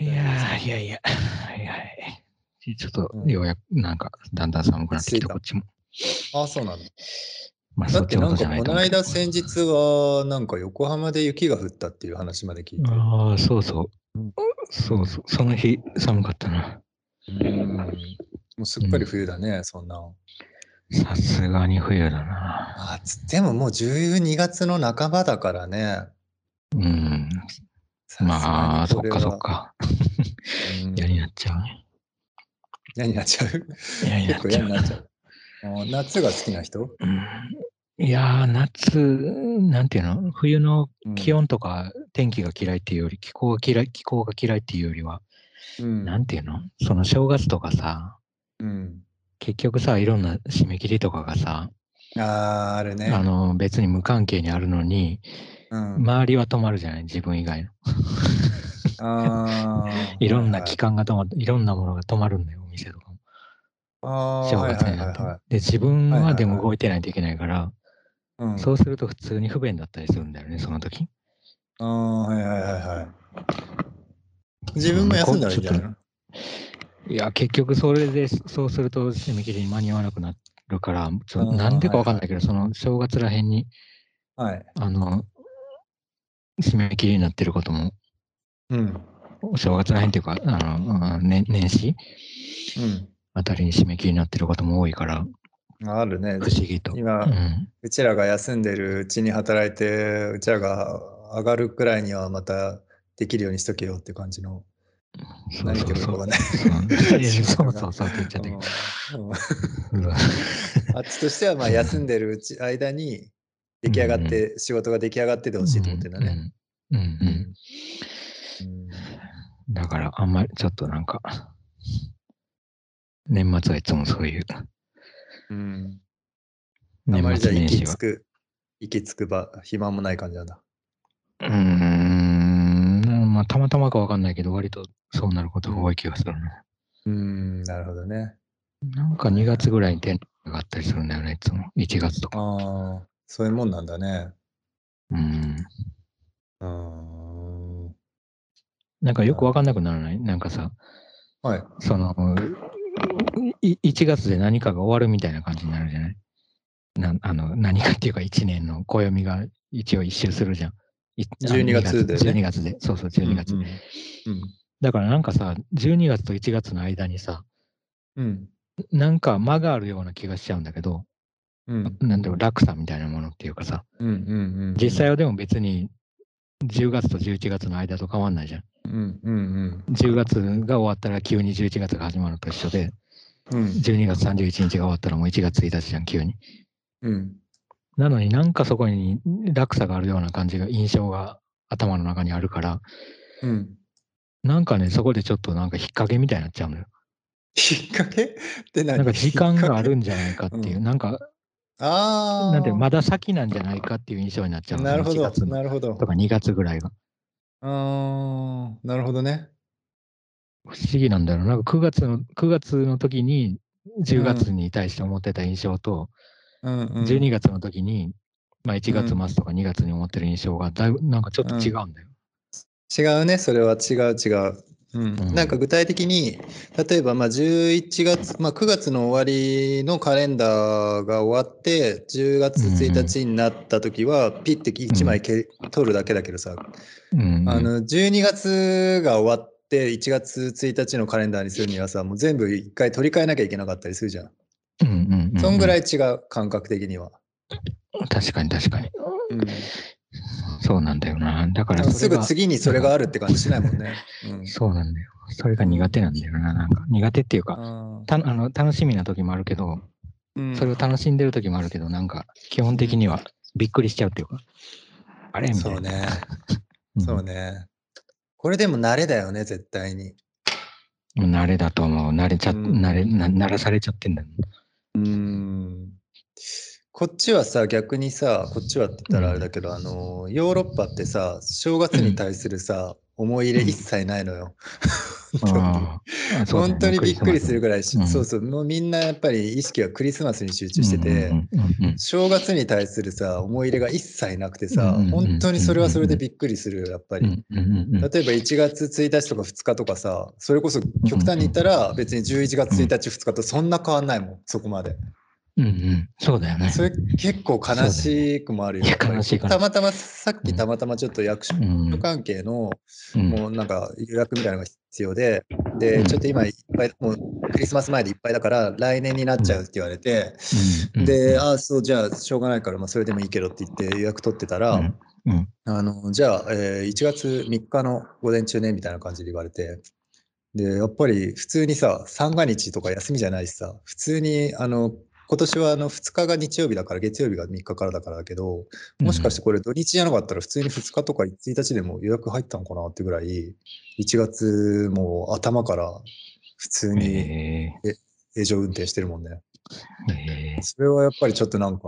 いやー、いやいや、はいはい。ちょっと、ようやく、なんか、だんだん寒くなってき着いた、たこっちも。あ、そうなの。まあ、だそっっちてのなこんとじかゃないことの思う間先日はなんか横浜で雪が降ったっていう話まで聞いて。ああ、そうそううん。そうそう。その日、寒かったな。うんもうすっかり冬だね、そんなの。さすがに冬だな。あつってももう12月の半ばだからね。うん。さすがにまあ、そこっれかはそっ。か。うん嫌になっちゃうね。嫌になっちゃう嫌にな結っち構嫌ゃうになっちゃう。あ夏が好きな人うんいやー、夏、なんていうの冬の気、温とか天気が嫌いっていうより、気候が嫌い、気候が嫌いっていうよりは、うんなんていうのその正月とかさ、うん結局さ、いろんな締め切りとかがさ、あーあるね。あの、別に無関係にあるのに、うん、周りは止まるじゃない自分以外の。あー いろんな期間が止まって、いろんなものが止まるんだよ、お店とかも。あー正はい月はいにはないってはも。で、自分はいはいははいでも動いてないといけないから、い。うんそうすると普通に不便だったりするんだよね、その時。ああ、はいはいはいはい。自分も休んだらいいんじゃないのいや、結局それで、そうすると締め切りに間に合わなくなるから、ちょうんなんでかわかんないけど、その正月らへんに、はい。あの、締め切りになってることも、うん。正月らへんっていうか、あの、うん年年始あたりに締め切りになってることも多いから、うん。あるね不。思議と。今、うん。うちらが休んでるうちに働いて、うちらが上がるくらいにはまたできるようにしとけよって感じの。そう何そ言ってうるそかう。わかんない。そういやそうそうそうって言っちゃったけど。うんうんうわあっちとしては、まあ休んでるうち間に出来上がって、仕事が出来上がっててほしいと思ってんだね。うんうんうんうんうんだからあんまりちょっとなんか年末はいつもそういううん。あんま年りじ末年始ゃあ行きつはく、行きつくば、暇もない感じなんだ。うーんまあたまたまかわかんないけど割とそうなることが多い気がするなうん、なるほどね。なんか2月ぐらいに天気があったりするんだよねいつも1月とかああ、そういうもんなんだね。うんうーん。なんかよくわかんなくならないなんかさはい。そのい1月で何かが終わるみたいな感じになるじゃないなんあの何かっていうか1年の暦が一応一周するじゃん。いあの12月でね12月で。そうそう、12月。うんだからなんかさ、12月と1月の間にさ、うん。うん。なんか間があるような気がしちゃうんだけど、うん。なんだろう、落差みたいなものっていうかさ、うん。うん。実際はでも別に10月と11月の間と変わんないじゃん。うん。うん。うん。 10月が終わったら急に11月が始まるのと一緒で、うん。 12月31日が終わったらもう1月1日じゃん、急に。うん。なのになんかそこに落差があるような感じが、印象が頭の中にあるから、うん。なんかね、そこでちょっとなんか引っ掛けみたいになっちゃうのよ。引っ掛けって何なんか時間がある引んっじゃないかっていう、うんなんか、掛けああ。なんていうのまだ先なんじゃないかっていう印象になっちゃうのなるほ1ど。月のなるほど。とか2月ぐらいが。うーん。なるほどね。不思議なんだろう。なんか9月の、9月の時に、10月に対して思ってた印象と、うん、うん。 12月の時に、まあ1月末とか2月に思ってる印象が、だいぶ、なんかちょっと違うんだよ。違うね、それは違う違う。うんうんなんか具体的に、例えばまあ11月、まあ、9月の終わりのカレンダーが終わって、10月1日になった時は、ピッて1枚け、取るだけだけどさ、うん。あの12月が終わって、1月1日のカレンダーにするにはさ、もう全部一回取り替えなきゃいけなかったりするじゃん。うんうんうんうんそんぐらい違う、感覚的には。確かに確かに。うん、そうなんだよな。だからすそれぐが、次にそれがあるって感じしないもんね。うんそうなんだよ。それが苦手なんだよな。なんか苦手っていうか、あたあの楽しみな時もあるけど、ーうんそれを楽しんでる時もあるけど、なんか基本的にはびっくりしちゃうっていうか、あれみたいそな。うね。うんそうね。これでも慣れだよね、絶対に。もう慣れだと思う。慣れちゃ、うん慣れ、な慣らされちゃってんだよ。うん。こっちはさ、逆にさ、こっちはって言ったらあれだけど、あの、ヨーロッパってさ、正月に対するさ、思い入れ一切ないのよ。本あー当に。本当にびっくりする。ぐらい、うんそうそう、もうみんなやっぱり意識がクリスマスに集中してて、うんうんうんうん正月に対するさ、思い入れが一切なくてさ、うん本当にそれはそれでびっくりする、やっぱうり。んうんうんうん例えば1月1日とか2日とかさ、それこそ極端に言ったら別に11月1日2日とそんな変わんないもん、そこまで。うんうんそうだよね。それ結構悲しくもあるよ。いややっぱり悲しい悲しいたまたま、さっうきんたまたまちょっと役所うん関係の、うんもうなんか、予約みたいなのが必要で、うで、んちょっと今いっぱい、もうクリスマス前でいっぱいだから、来年になっちゃうって言われて、うんで、ああ、そう、じゃあ、しょうがないから、まあ、それでもいいけどって言って予約取ってたら、うんうんあの、じゃあ、えー1月3日の午前中ね、みたいな感じで言われて、で、やっぱり普通にさ、三が日とか休みじゃないしさ、普通に、あの、今年はあの2日が日曜日だから、月曜日が3日からだからだけど、もしかしてこれ土日じゃなかったら、普通に2日とか1日でも予約入ったのかなってぐらい、1月もう頭から普通にえ平常運転してるもんね。ーえーそれはやっぱりちょっとなんか、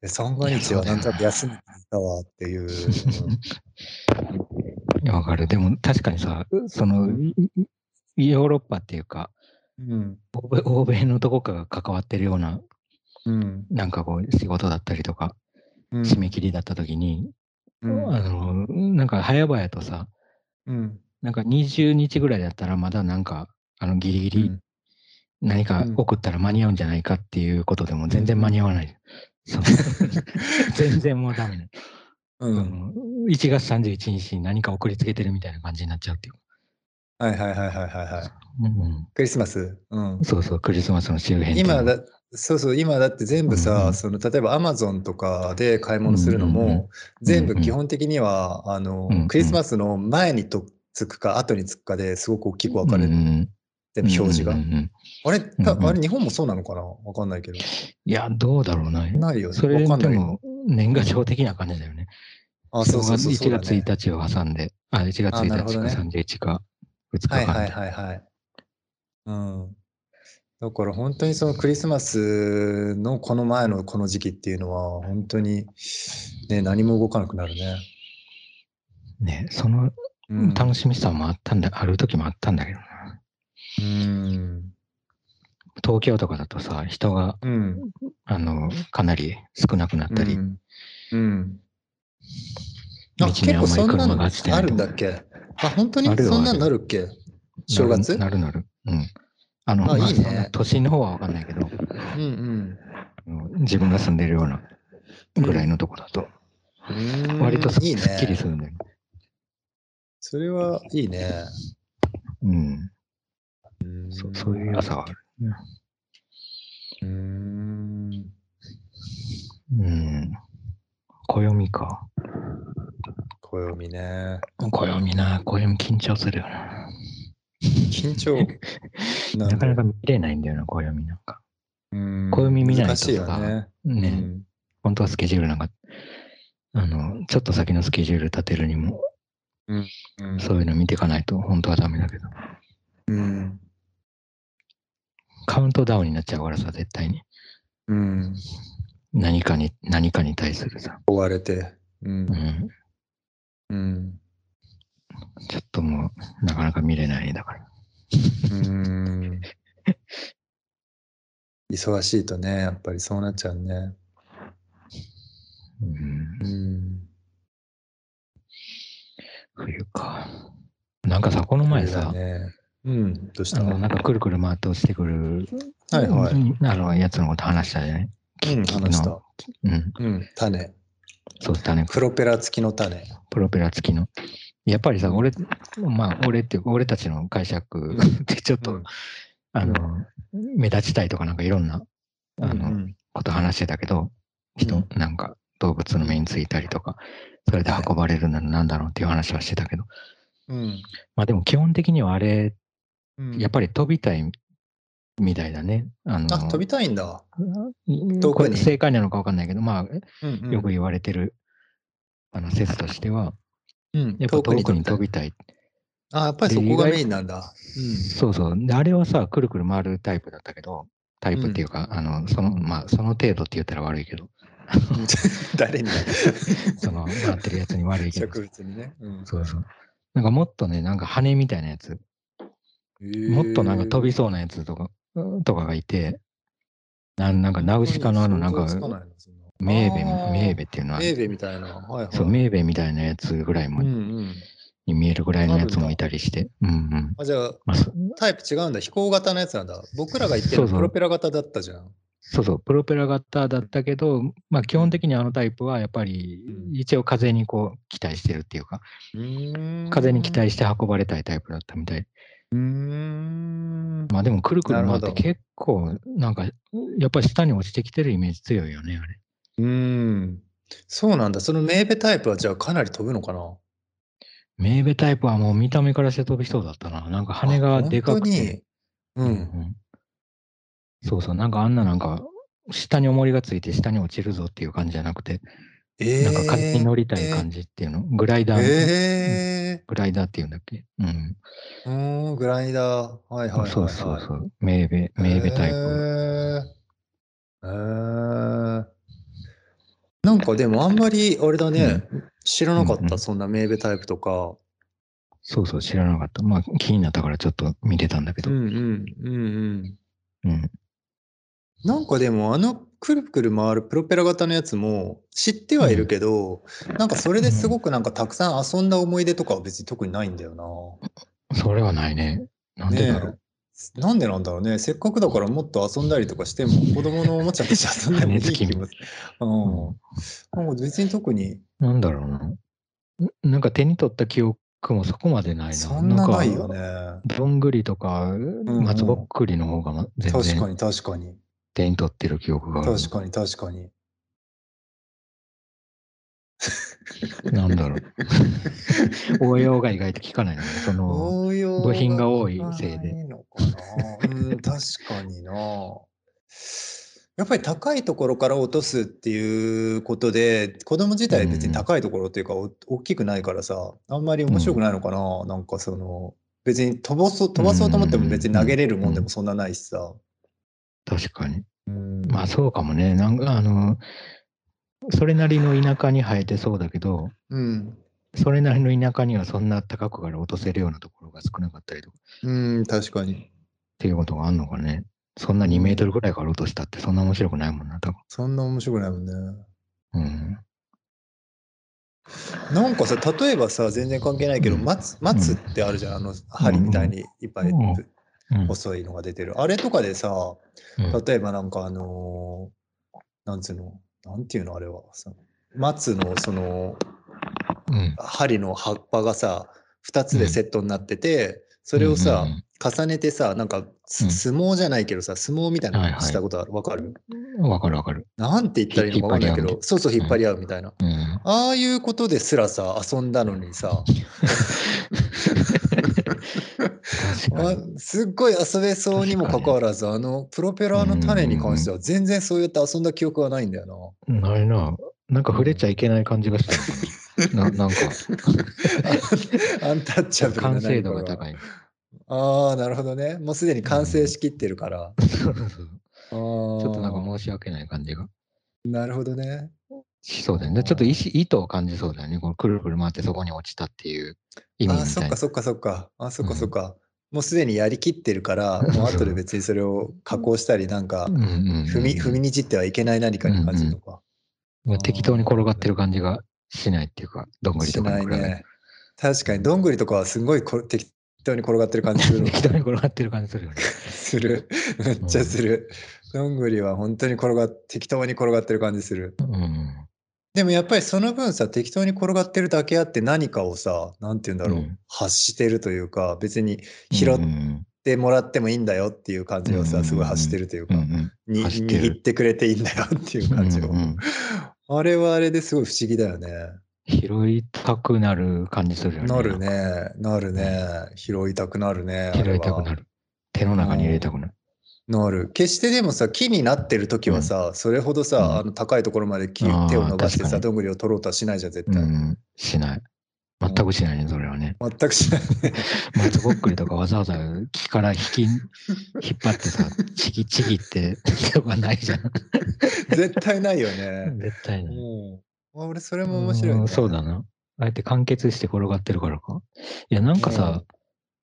え三が日はなんとなく休みに行ったわって いう。いやわかる。でも確かにさ、その、いいヨーロッパっていうか、うん欧米欧米のどこかが関わってるような、うんなんかこう、仕事だったりとか、うん締め切りだった時に、うんあの、なんか早々とさ、うんなんか20日ぐらいだったらまだなんか、あの、ギリギうリん何か送ったら間に合うんじゃないかっていうことでも全然間に合わない。 そう全然もうダメなの、うあんの1月31日に何か送りつけてるみたいな感じになっちゃうっていう。はいはいはいはいはいはい。うんクリスマス。うんうん、そうそう、クリスマスの周辺っていうの今だそうそう今だって全部さ、うんうんその例えばアマゾンとかで買い物するのも、うんうんうん全部基本的には、あのうんうんクリスマスの前にとっつくか後につくかですごく大きく分かれる、うん全部表示が、うんうんうんあれたうんうんあれ日本もそうなのかなわかんないけどいや、どうだろうな。ないよそれねわかんでないよも年賀状的な感じだよね。あそうそうそうそ1うだ月ね1日を挟んで、あ、1月あなる1ほ日どかね31か2日はいかはいはいはい。うん。だから本当にそのクリスマスのこの前のこの時期っていうのは本当に、ね、何も動かなくなるね。ね、そのうん。楽しみさもあったんだ、ある時もあったんだけどな。うん。東京とかだとさ、人がうん。あのかなり少なくなったり、うん。うん道あ、に結あん構まりそんな車のが落ちてなあいるとんかだっけあ、本当にあるよそんなのあなるっけ正月なるなる。うん。あの、あまあいいそねの都心の方は分かんないけど、うんうんあの自分が住んでるようなぐらいのとこだと、。うーん割とすいいすっきりねす。るんだよね。それはいいね。うん。そんそういう良さはある。うん。うん。暦か。暦ね。暦な、暦緊張するよな。緊張ななかなかか見れないんだよな、暦なんか。暦暦見ないと難さしいよね。ね、うん本当はスケジュールなんか、あの、ちょっと先のスケジュール立てるにも、うんそういうの見ていかないと本当はダメだけど、うんカウントダウンになっちゃうからさ、絶対に。うん何かに、何かに対するさ。追われて。うんうん。うんちょっともう、なかなか見れないだから。うん忙しいとね、やっぱりそうなっちゃうね。うんう。ん冬か。なんかさ、この前さ、あれだねうん、どうしあたの、なんかくるくる回って落ちてくる、はいはい。うんあの、やつのこと話したじゃないうん、話した。うん。うん、種。そうだね。プロペラ付きの種。プロペラ付きの。やっぱりさ、俺、まあ、俺っていうか、俺たちの解釈 んってちょっと、うんあの、目立ちたいとかなんかいろんな、あの、うんこと話してたけど、人、うんなんか動物の目についたりとか、それで運ばれるならなんだろうっていう話はしてたけど、うんまあでも基本的にはあれ、うんやっぱり飛びたいみたいだね。あの、あ、飛びたいんだ。うん遠くこれに正解なのかわかんないけど、まうんうあ、んよく言われてる、あの、説としては、うんやっぱ遠くにたい飛びたい。あ、やっぱりそこがメインなんだ。そうそう。で、あれはさ、くるくる回るタイプだったけど、タイプっていうか、あの、その、まあ、その程度って言ったら悪いけど、うん 誰に そ の、回 ってるやつに悪いけど、植物にね。うんそうそう。なんかもっとね、なんか羽みたいなやつ、もっとなんか飛びそうなやつとか、とかがいて、なんなんか、ナウシカのあの、なんか、メーベ、メーベっていうのは、メーベみたいな。はいはい。そう、メーベみたいなやつぐらいも、うんうん。に見えるぐらいのやつもいたりして、うんうん。あ、じゃあ、まあ、そタイプ違うんだ。飛行型のやつなんだ。僕らが言ってるそうのそうプロペラ型だったじゃん。そうそう、プロペラ型だったけど、まあ基本的にあのタイプはやっぱりうん一応風にこう期待してるっていうか、うーん風に期待して運ばれたいタイプだったみたい。うーん。まあでもくるくる回っなるてほど結構なんかやっぱり下に落ちてきてるイメージ強いよね、あれ。うーん。そうなんだ。そのメーベタイプはじゃあかなり飛ぶのかなメーベタイプはもう見た目からして飛びそうだったな。なんか羽がでかくて。。あ本当に。うん。うんそうそう、なんかあんななんか下に重りがついて下に落ちるぞっていう感じじゃなくて、えなんか風に乗りたい感じっていうの、グライダー、えグライダーっていうんだっけうん。ー、うーん、グライダー。はいはいはい、はい。そうそうそう。メーベ、メーベタイへプ。ーへーなんかでもあんまりあれだね、知らなかった、うんうんそんなメーベタイプとか。そうそう、知らなかった。まあ、気になったからちょっと見てたんだけうど。んうん。うんうんうん。なんかでもあのくるくる回るプロペラ型のやつも知ってはいるけど、なんかそれですごくなんかたくさん遊んだ思い出とかは別に特にないんだよな。それはないね。なんでだろう。えなんでなんだろうね。せっかくだからもっと遊んだりとかしても子供のおもちゃとして遊んでもいい気もする。うんもう別に特になんだろうな。んなんか手に取った記憶もそこまでないな。そんなないよんかね。どんぐりとか、うん松ぼっくりの方がま全確か然に確かに手に取ってる記憶がある。確かに確かに。なんだろう。 応用が意外と効かないのね。その、応用部品が多いせいでが効かないのかな。うん、確かにな。やっぱり高いところから落とすっていうことで、子供自体別に高いところっていうか、お大きくないからさ、あんまり面白くないのかな。なんかその、別に飛ばそう、飛ばそうと思っても別に投げれるもんでもそんなないしさ。確かに。うんまあ、そうかもね。なんか、あの、それなりの田舎に生えてそうだけど、うん、それなりの田舎にはそんな高くから落とせるようなところが少なかったりとかっうん、確かに。ていうことがあるのかね。そんな2メートルぐらいから落としたってそんな面白くないもんな、多分。そんな面白くないもんね。うん。なんかさ、例えばさ、全然関係ないけど、うん松松ってあるじゃん、あの針みたいにいっぱいうんうん細いのが出てる。あれとかでさ、うん例えばなんかあのーなんつうの、なんていうのあれは、その松のそのうん。針の葉っぱがさ、2つでセットになってて、それをさうん、重ねてさ、なんかすうん相撲じゃないけどさ、相撲みたいはいなはのいしたことある。わかるうんうん、わかるわかる。なんて言ったらいいのかわかんないけ引っ張り合うど、みそうそう、引っ張り合うみたいな。うん。ああいうことですらさ、遊んだのにさ、確かあに。すっごい遊べそうにもかかわらず、あの、プロペラの種に関しては全然そうやって遊んだ記憶がないんだよ ないな。なんか触れちゃいけない感じがした。な なんか、な。アンタッチャブルな完成度が高い。い。ああ、なるほどね。もうすでに完成しきってるから。そうそうそうちょちょっとなんか申し訳ない感じがなるほどね。しそうだよね。ちょっと意思意図を感じそうだよね。こうくるくる回ってそこに落ちたっていう意あ味あ、みそたっいかな。そっかそっか。あそっかうんそっか。もうすでにやりきってるから、もう後で別にそれを加工したり、なんかうん、うんうん踏み、踏みにじってはいけない何かに感じるのか。まああ、ー適当に転がってる感じがしないっていうか、どんぐりしとかなにい比べて。ね。確かに、どんぐりとかはすごいこ適当に転がってる感じす る。適当に転がってる感じするよね。する。 めっちゃする。どんぐりは本当に転がっ適当に転がってる感じする。うん。でもやっぱりその分さ、適当に転がってるだけあって何かをさ、なんて言うんだろう、うん発してるというか、別に拾っうんてもらってもいいんだよっていう感じをうさ、んすごい発してるといううか、んうんに発してる握ってくれていいんだよっていう感じを。うんうんあれはあれですごい不思議だよね。拾いたくなる感じするよね。なる。ね、なるね、拾いたくなるね。あれ拾はいたくなる。手の中に入れたくなる。なる。決してでもさ、木になってる時はさ、それほどさ、うんあの高いところまで木手あーを伸ばし確てかさ、にどんぐりを取ろうとはしないじゃん、絶う対。ん。しない。全くしないね、それはね。全く しないね。松ぼっくりとかわざわざ木から引き、引っ張ってさ、ちぎちぎって、とかないじゃん。絶対ないよね。 絶対ない。もう。あ俺、それも面白い、うね。んそうだな。あえて完結して転がってるからか。いや、なんかさ、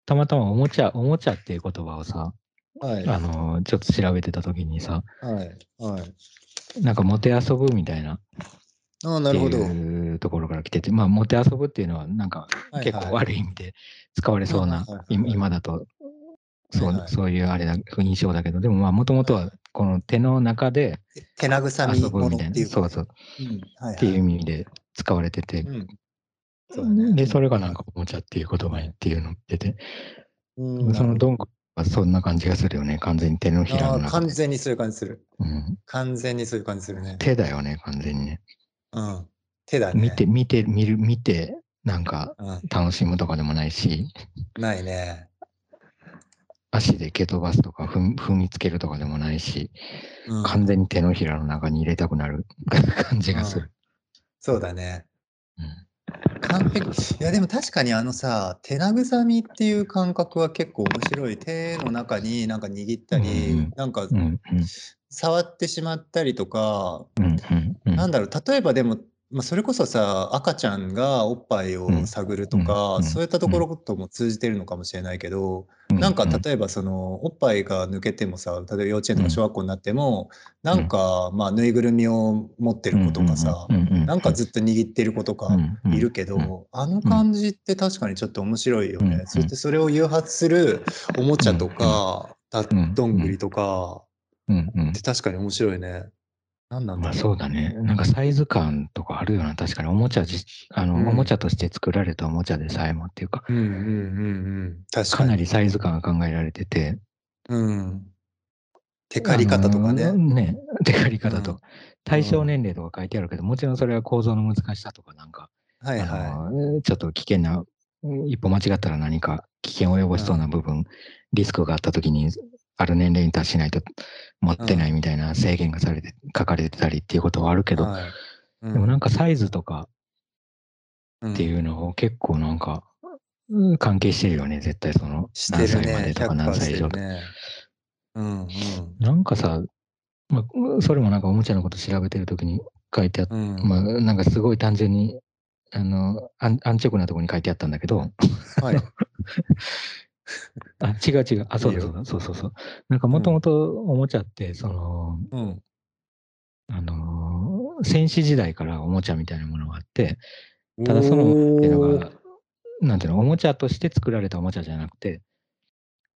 たまたまおもちゃ、おもちゃっていう言葉をさ、はい。あはのーちょっと調べてた時にさ、い。はい。なんか、もて遊ぶみたいな、ああ、っなてるほど。いうところから来てて、まあ、もて遊ぶっていうのは、なんか、はい結構はい悪い意味で使われそうはないはい、はいい今だと、そはいうはいそういうあれだ、印象だけど、でもまあ、もともとは、この手の中で手慰み遊ぶものみたいっていな、う。そうそう、うん。はい、はい。っていう意味で使われててう、ん。で、それがなんか、おもちゃっていう言葉にっていうの出て、うん、そのドンコはそんな感じがするよね、完全に手のひらあのあ中完で。全にそういう感じする。うん完全にそういう感じするね。手だよね、完全にね。うん。手だね。見て、見て、見る、見て、なんかうん。楽しむとかでもないし、ないね。足で蹴飛ばすとか踏み踏みつけるとかでもないし、うん、完全に手のひらの中に入れたくなる 感じがする。そうだね。うん完璧。いや、でも確かにあのさ、手慰みっていう感覚は結構面白い。手の中になんか握ったり、うんなんかうんうん触ってしまったりとか、うんうんなんだろう、例えばでも、まあ、それこそさ、赤ちゃんがおっぱいを探るとか、うんそういったところとも通じてるのかもしれないけど、うんなんか例えばそのおっぱいが抜けてもさ例えば幼稚園とか小学校になっても、なんかまあぬいぐるみを持ってる子とかさ、うんううなんかずっと握ってる子とかうんうんいるけど、うんあの感じって確かにちょっと面白いよね、うんそしてそれを誘発するおもちゃとか、んどんぐりとかうんうんって確かに面白いね。なんなんまだあろう。そうだね。なんかサイズ感とかあるよな、確かに。おもちゃじ、あの、うんおもちゃとして作られたおもちゃでさえもっていうか、うんうんうんうん。確かかなに。りサイズ感が考えられてて。うん。テカり方とかあのね。ね、テカり方とうんか。対象年齢とか書いてあるけど、もちろんそれは構造の難しさとかなんか、はいはあのちょっと危険な、一歩間違ったら何か危険を及ぼしそうな部分、リスクがあった時に、ある年齢に達しないと持ってないみたいな制限がされて、書かれてたりっていうことはあるけい。ど、はいうんでもなんかサイズとかうんっていうのを結構なんか、うん関係してるよね、絶対その、して何る歳まねで。とか何歳以上とか。ね。うんなんかさ、まあ、うんそれもなんかおもちゃのこと調べてる時に書いてあって、うん。うん。まあ、なんかすごい単純に、あの、あん安直なところに書いてあったんだけど、 はい。あ、違う違う。あ、そういだいよそうだ、そうそうそう。なんかもともとおもちゃって、その、うん。あのー戦士時代からおもちゃみたいなものがあって、ただそのっていうのが、なんていうの、おもちゃとして作られたおもちゃじゃなくて、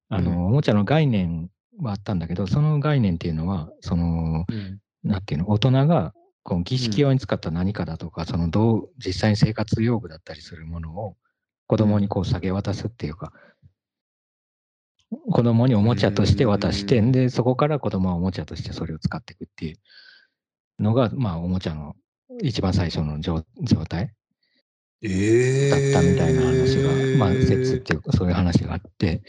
あの、うんおもちゃの概念はあったんだけど、その概念っていうのは、その、うんなんていうの、大人が、こう儀式用に使った何かだとか、そのどう実際に生活用具だったりするものを子供にこう下げ渡すっていうか、子供におもちゃとして渡して、うんで、そこから子供はおもちゃとしてそれを使っていくっていうのが、まあ、おもちゃの一番最初の状状態ええだったみたいな話が、まあ、説っていうか、そういう話があって、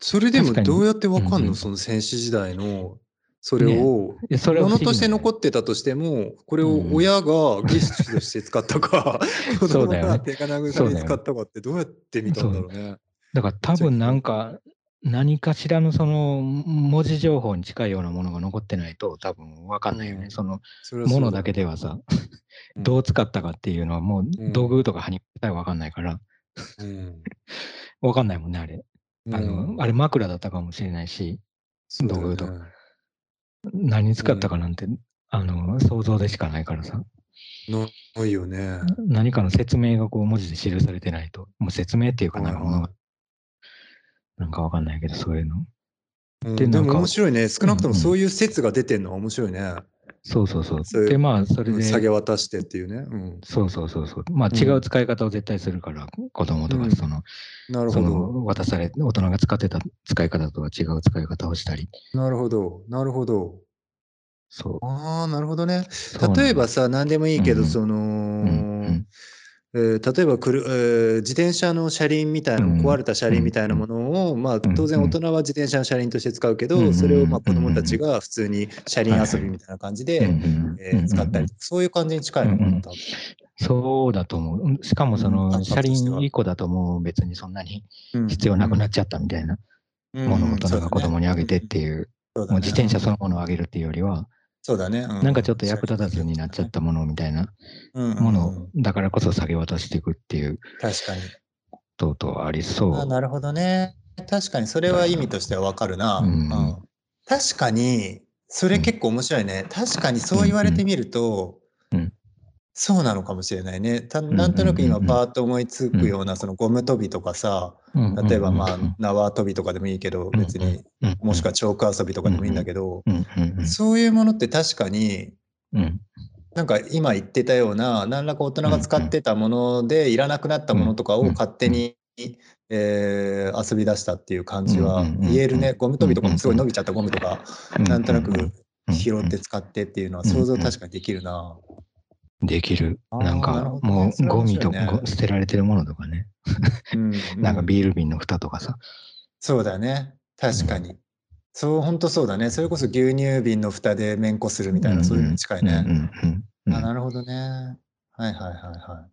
それでも確かにどうやってわかんうんうのんその戦士時代の、それを、でそれを不もの思議としてな残ってたとしても、これうをん親が儀式として使っ たか、子そう供だよねが手がそ慰うめだによ使ったかってどうやって見たんだろうね。だから多分なんか何かしらのその文字情報に近いようなものが残ってないと多分分かんないよね。うんそのそれはそもうのだけではさ、どう使ったかっていうのはもう道具とかはにさえ分かんないから、うん分かんないもんね、あれ。うんあの、あれ枕だったかもしれないし、そうだよね道具とか何に使ったかなんて、あの、想像でしかないからさ、ないよね。何かの説明がこう文字で記されてないと、もう説明っていうかなんかものが、なんか分かんないけど、そういうの。うんででなんかも面白いね。少なくとうんうんもそういう説が出てるのは面白いね。そうそうそう。そういうで、まあ、それで。下げ渡してっていうね。うん、そうそうそうそう。まあうん違う使い方を絶対するから、子供とうかんその、なるそほど。の渡され、大人が使ってた使い方とは違う使い方をしたり。なるほど。なるほど。そう。ああ、なるほどね。そう例えばなんだ、さ、何でもいいけど、うんその、うんうんえー例えばくる、えー自転車の車輪みたいな、うん壊れた車輪みたいなものを、まあ、ん当然大人は自転車の車輪として使うけど、うんそれをまあ子供たちが普通に車輪遊びみたいな感じで、うんうんえー使ったり、そういう感じに近いのかうんうな、ん多分。そうだと思ううん。しかもそうんの、感覚車としては輪一個だともう別にそんなにうん必要なくなっちゃったみたいなものを大人が子供にあげてっていう、そうだもうね自転車そのものをあげるっていうよりは、そうだね。なんかちょっと役立たずになっちゃったものみたいなたものだからこそ下げ渡していくっていう確かに。等々ありそあう。なるほどね。確かにそれは意味としてはわかるな、うん確かに、それ結構面白いね。確かにそう言われてみると、うんそうなのかもしれないね。たんなんとなく今パーッと思いつくような、そのゴム跳びとかさ、例えばまあ縄跳びとかでもいいけど、ん別に、あもしくはチョーク遊びとかでもいいんだけど、うんうんそういうものって確かに、うんうんなんか今言ってたような何らか大人が使ってたものでいらなくなったものとかを勝手に、えー遊び出したっていう感じはうんうんうん言えるねゴム跳びとかもすごい伸びちゃったゴムとかうんなんとなうんうくんうん拾って使ってっていうのは想像確かにできるな。できる。あーなんなるかほどねもそうれはゴミ面白いとねご捨てられてるものとかね、うんなんかうんビール瓶の蓋とかさ。そうだね確かに。そう本当そうだねそれこそ牛乳瓶の蓋で麺こするみたいなそういうのに近いね。うんうんうんあなるほどね。はいはいはいはい。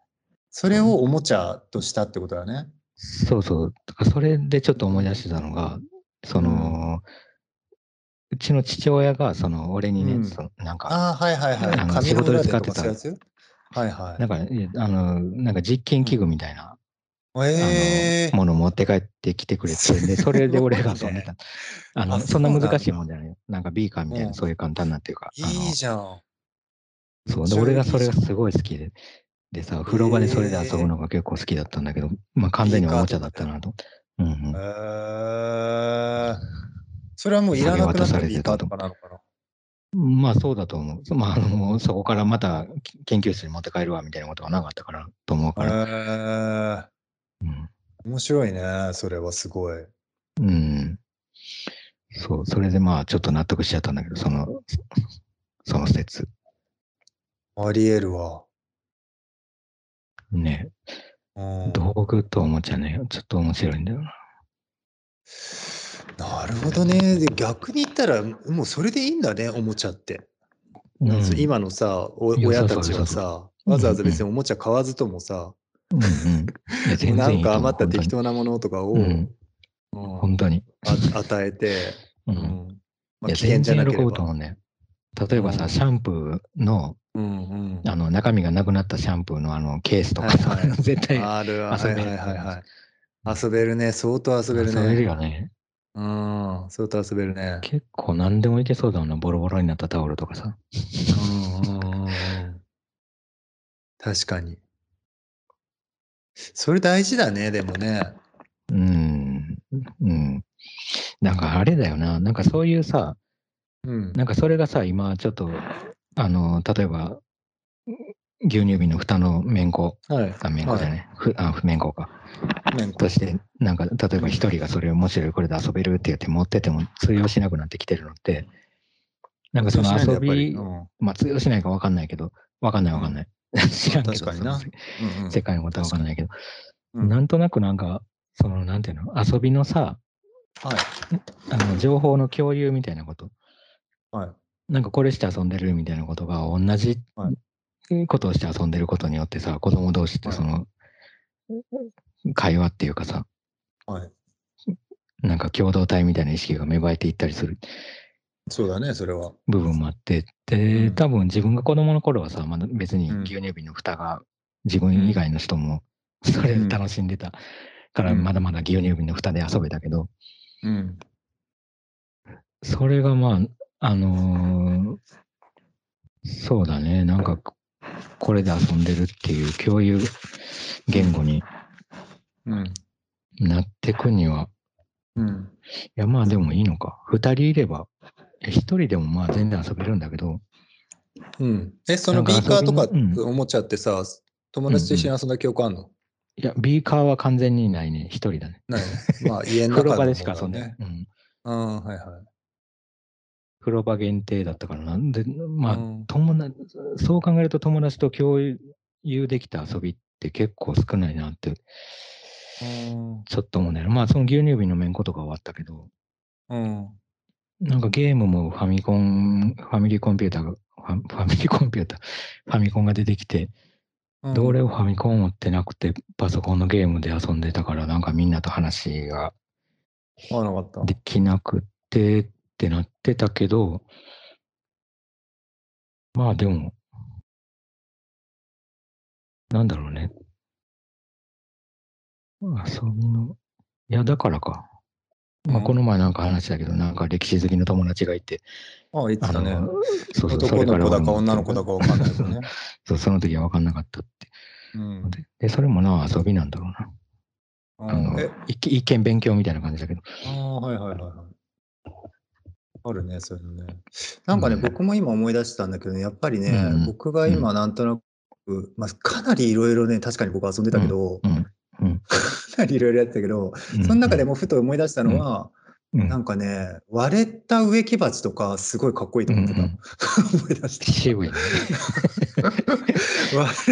それをおもちゃとしたってことだね。そうそう。だからそれでちょっと思い出してたのが、その、うちの父親が、その、俺にね、うんそのなんか、ああ、はいはいはい。あの紙の裏でと仕事で使かってたそういうやつはいはなんか、えあの、なんか実験器具みたいな、い。あええの、ものを持って帰ってきてくれて、で、それで俺がす遊ごいんねでた。あの、あそんなそうなんだ難しいもんじゃないよ。なんかビーカーみたいな、うんそういう簡単なっていうか、あの、いいじゃん。そう。めっちゃで、俺がそれがいいじゃんすごい好きで、でさ、風呂場でそれで遊ぶのが結構好きだったんだけど、まあ完全におもちゃだったなと。うんうんええそれはもういらなくなっ下げ渡たされビてーカーたととかなのかな。まあそうだと思う。そまああのそこからまたき研究室に持って帰るわみたいなことはなかったからと思うから。ええうん。面白いね。それはすごい。うん、そう、それでまあちょっと納得しちゃったんだけど、その、その説。ありえるわ。ね。うん、道具とおもちゃね、ちょっと面白いんだよな。なるほどね。で逆に言ったら、もうそれでいいんだね、おもちゃって。なんかそううん今のさ、おいや親たちそうそうはそうさ、わざわざ別におもちゃ買わずともさ、うんうん。いや全 な然いいんとか思う余った適当なものとかを、本当にうん。うん本当に。あ与えて、う。うんいまあ、や、危険全じゃ然な喜けれぶとば。思うね。例えばうんさ、シャンプーの、うんうんあの、中身がなくなったシャンプーのあの、ケースとかさ、はいはい 絶対あるあ遊はべいるはいはいはい。遊べるね、相当遊べる遊べるね。よね。うん、相当遊べるね。結構何でもいけそうだもんな、ボロボロになったタオルとかさ。うんうんうんうん確かに。それ大事だね、でもね。うん。うん。なんかあれだよな、なんかそういうさ、うん。なんかそれがさ、今ちょっと、あの、例えば、牛乳瓶の蓋の麺粉、はい。あ、麺粉じゃない、ふあ、不麺粉か。麺粉として、なんか、例えば一人がそれを面白いこれで遊べるって言って持ってても通用しなくなってきてるのって、なんかその遊び、うんまあ通用しないか分かんないけど、分かんない分かんない。知らんけど 確かになそのうん世界のことは分かんないけど、うんなんとなくなんか、その、なんていうの、遊びのさ、はい。あの情報の共有みたいなこと、はい。なんかこれして遊んでるみたいなことが、同じはことをして遊んでることによってさ、子供同士ってその、会話っていうかさ、はい。なんか共同体みたいな意識が芽生えていったりするそうだね、それは。部分もあって、うで、ん多分自分が子供の頃はさ、まだ別にうん牛乳瓶の蓋が自分以外の人もそれを楽しんでたから、うんまだまだ牛乳瓶の蓋で遊べたけど、うん。それがまあ、あのーそうだね、なんか、これで遊んでるっていう共有言語にうん。なってくには、うん。いやまあでもいいのか。二人いれば、いや一人でもまあ全然遊べるんだけど、うん、え、そなのんビかーカーとか遊びのうんおもちゃってさ、友達と一緒に遊んだ記憶あるの、いや、ビーカーは完全にないね、一人だね。ないの まあ家の風中呂の場でしか遊んでないね。。うんうん、はいはい。風呂場限定だったからなんで、まあ、うん友達、そう考えると友達と共有できた遊びって結構少ないなって、ちょっと思うんだよね。まあ、その牛乳瓶のめんことかはあったけど、うん。なんかゲームもファミコン、ファミリーコンピューターが、ファファミリーコンピューター、 ファミコンが出てきて、うん。どれをファミコン持ってなくて、パソコンのゲームで遊んでたから、なんかみんなと話があ、なかった。できなくてってなってたけど、まあでも、なんだろうね。遊びの、いや、だからか。まあ、この前なんか話だけど、なんか歴史好きの友達がいて、ああ、言ってあたのね。、そうそう、そ男れかのら子だ俺かも女の子だかわかんないけどね。そう、その時は分かんなかったって。う んで、でそれもな、遊びなんだろうな。ああのえ、一見一見勉強みたいな感じだけど。ああ、はいはいはいはい。あるね、そういうのね。なんかね、うん僕も今思い出したんだけどね、やっぱりね、うん僕が今なんとなく、まあ、かなりいろいろね、確かに僕遊んでたけど、うん。 かなりいろいろやってたけど、その中でもふと思い出したのは、うん、うん、なんかね、割れた植木鉢とか、すごいかっこいいと思ってた。うんうん 思い出した。渋いね。割れ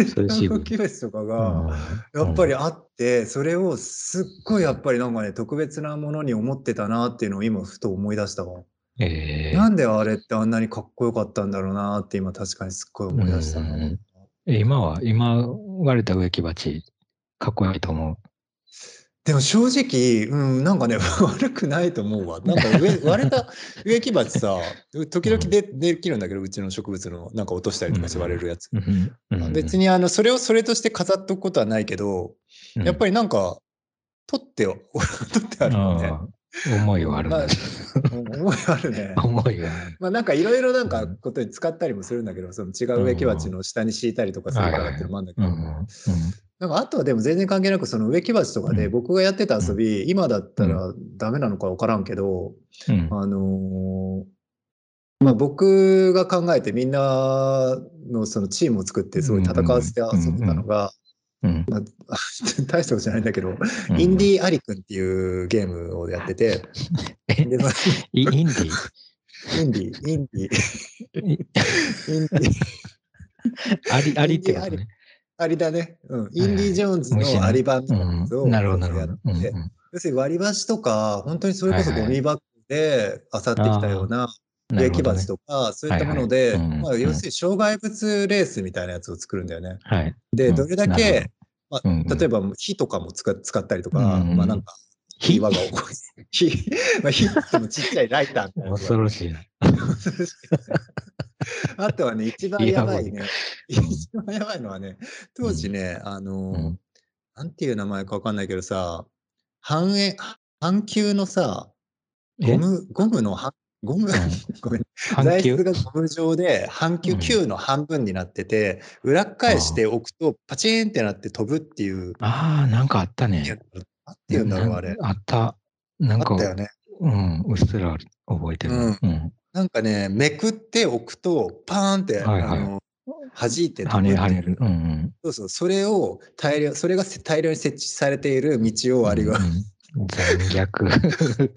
そたれ渋い植木鉢とかうが、んやっぱり、あって、それをすっごいやっぱりなんかね、特別なものに思ってたなっていうのを今ふと思い出したわ。えーなんであれってあんなにかっこよかったんだろうなって今確かにすっごい思い出したな。うん今は、今、割れた植木鉢、かっこいいと思う。でも正直、うん、なんかね、 悪くないと思うわ。なんか 上割れた植木鉢さ、時々でできるんだけど、うちの植物のなんか落としたりとかして割れるやつ。うん別、にあのそれをそれとして飾っとくことはないけど、やっぱりなんか、取ってよ、 取ってありるもんね。思いはあるんだ。。うん思いあるね 思いはある。まあなんかいろいろなんうかんことに使ったりもするんだけど、その違う植木鉢の下に敷いたりとかするからっていうのもあるんだけうんど。うんうんなんかあとはでも全然関係なくその植木鉢とかでうん僕がやってた遊び、今だったらダメなのか分からんけど、うんあのーまあ僕が考えてみんなのそのチームを作ってすごい戦わせて遊んでたのが、うん 大したことじゃないんだけど、うんインディーアリくんっていうゲームをやってて、 えでまあイインディインディー、インディイー、インディー、あり、ありってことね。アリだね。うん。インディ・ージョーンズのアリ版みたいなやつうをんやなってるほど、なるほど。うんうん要するに割り箸とか、本当にそれこそゴミ箱で漁ってきたようななる植ほ木どね鉢とか、そういったものはいで、はいうんまあ、要するに障害物レースみたいなやつを作るんだよね。はい。で、うんどれだなるけ、まあ、うんうん例えば火とかも使使ったりとか、うんうんまあなんか、火輪が起こす。火、 まあ、火って言ってもちっちゃいライターみたいなのが恐ろしいな。あとはね、一番やばいね、 一番やばいのはね、当時ね、あのー、うんなんていう名前かわかんないけどさ、半円、半球のさ、ゴえム、ゴムの半、ゴム、 ごめん、半材球質がゴム状で、半う球ん球の半分になってて、裏返しておくと、パチーンってなって飛ぶっていう、ああ、なんかあったね。やつなんていうんだろう、あれ。あった。なんあかっ、たよね。うん、うっすら覚えてる。うんうん。なんかね、めくっておくと、パーンって、はいはいあの、弾いて飛跳ぶね、っていう跳ねる。うんうん。そうそう、それを大量、それがせ大量に設置されている道 をあれが、うん残虐。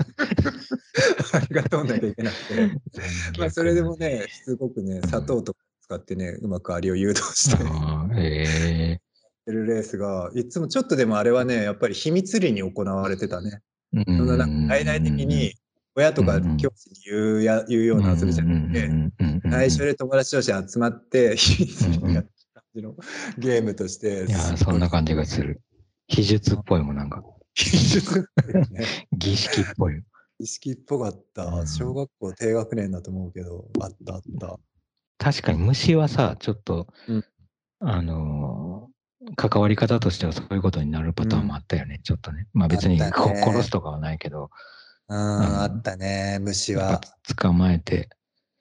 あれが通んなきゃいけ なくて、 まあそれでもね、すごくね、ん砂糖とか使ってね、うまくアリを誘導してやあー。えってるレースが、いつもちょっとでもあれはね、やっぱり秘密裏に行われてたね。えそんななんか大々的に、親とか教師に言うや、言うような遊びじゃなくて、内緒で。で友達同士集まって、 秘密裏にやってる感じのゲームとして、いやー、そんな感じがする。秘術っぽいもんなんか、技術だよね。儀式っぽい。意識っぽかっうた。ん小学校低学年だと思うけど、あったあった。確かに虫はさ、ちょっと、うんあのー関わり方としてはそういうことになるパターンもあったよね、ちょっとね。まあ別にあったこね殺すとかはないけど、うん、あったね、虫やっは。ぱ捕まえて、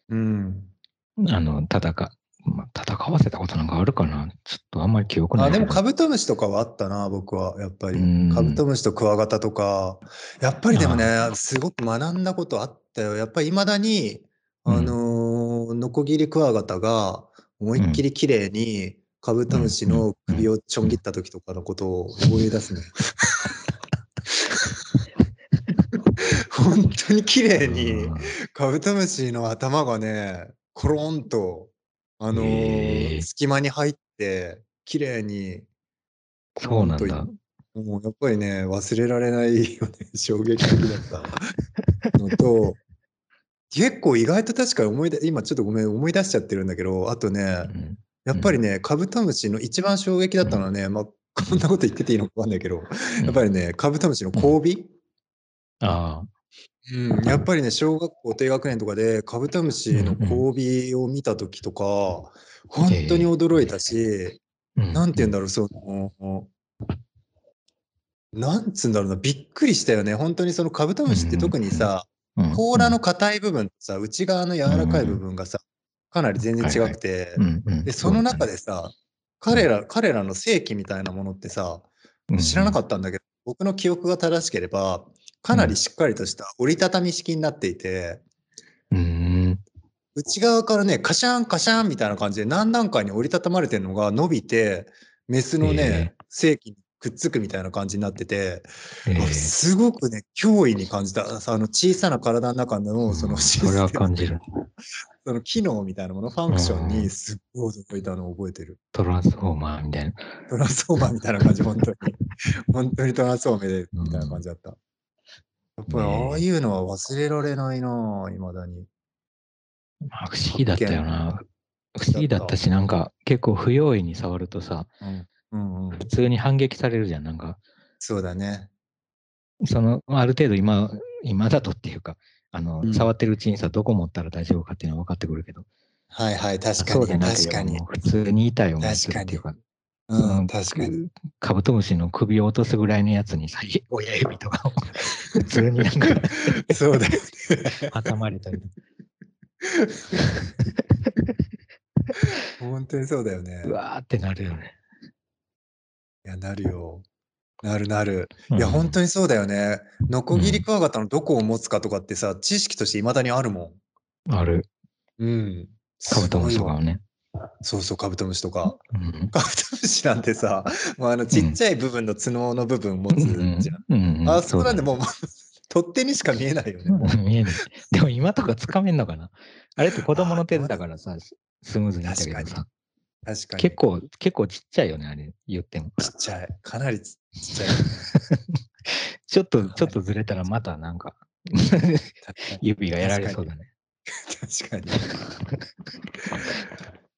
うん。あの、戦、まあ、戦わせたことなんかあるかなちょっとあんまり記憶ないあ、な。でもカブトムシとかはあったな、僕は、やっぱりうん。カブトムシとクワガタとか、やっぱりでもね、すごく学んだことあったよ。やっぱり未だに、うんあのーノコギリクワガタが思いっきり綺麗にカブトムシの首をちょん切った時とかのことを思い 出すね。本当に綺麗に。カブトムシの頭がね、コロンと、あのーへえ隙間に入って、綺麗に、そうなんコロだン。ともうやっぱりね、忘れられないよね、 衝撃的だったのと、結構意外と確かに思い出、今ちょっとごめん、思い出しちゃってるんだけど、あとね、うんやっぱりね、カブトムシの一番衝撃だったのはね、まあ、こんなこと言ってていいのかわかんないけど、やっぱりね、カブトムシの交尾、あうん、やっぱりね、小学校低学年とかでカブトムシの交尾を見た時とか、本当に驚いたし、あ。なんて言うんだだろう、その、なんつうんだろうな、びっくりしたよね。本当にそのカブトムシって特にさ、うん甲羅の硬い部分とさ、内側の柔らかい部分がさ、かなり全然違くて、うんうんで、その中でさ、彼ら、彼らの性器みたいなものってさ、知らなかっったんだけど、僕の記憶が正しければ、かなりしっかりとした折りたたみ式になっていて、た。うん内側からね、カシャンカシャンみたいな感じで何段階に折りたたまれてるのが伸びて、メスのね、性器にくっつくみたいな感じになってて、えーすごくね、脅威に感じた。あの小さな体の中のそのシそれはステム、感じる。その機能みたいなもの、ファンクションにすっごい驚いたのを覚えてる。トランスフォーマーみたいな。トランスフォーマーみたいな感じ、本 当に。本当にトランスフォーマーでみたいな感じだった。やっぱりああいうのは忘れられないなぁ、いまだに。まあ不思議だったよな。不思議だったし、なんか結構不用意に触るとさ、うんうん普、通に反撃されるじゃん。なんか、そうだね。その、ある程度今、今だとっていうか、あの、うん触ってるうちにさ、どこ持ったら大丈夫かっていうのは分かってくるけど、はいはい、確かそうに。でなけ確れかばにも。う普通に痛い思いするっていうか、うん、確かに。カブトムシの首を落とすぐらいのやつにさ、親指とかを普通になんか そうだよね。挟まれたりとか、本当にそうだよね。うわーってなるよね。いや、なるよ。なるなる。いいや、本当に。にそうだよね。ノコギリクワガタのどこを持つかとかってさ、知識としていまだにあるもある。ん。うん。カブトムシとかすごいわはね。そうそう、カブトムシとか。うんカブトムシなんてさ、もうあのちっちゃい部分の角の部分持うつんじゃん。うんうんあそこなんだでもう、取っ手にしか見えないよね。もううん見えない。でも今とか掴めんのかなあれって子供の手だからさ、ススムーズにやったけど確かさ、確かに。結構、結構ちっちゃいよね、あれ言っても。ちっちゃい。かなりちちっちゃい。ちょっと、ちょっとずれたらまたなんか、指がやられそうだね。確かに。い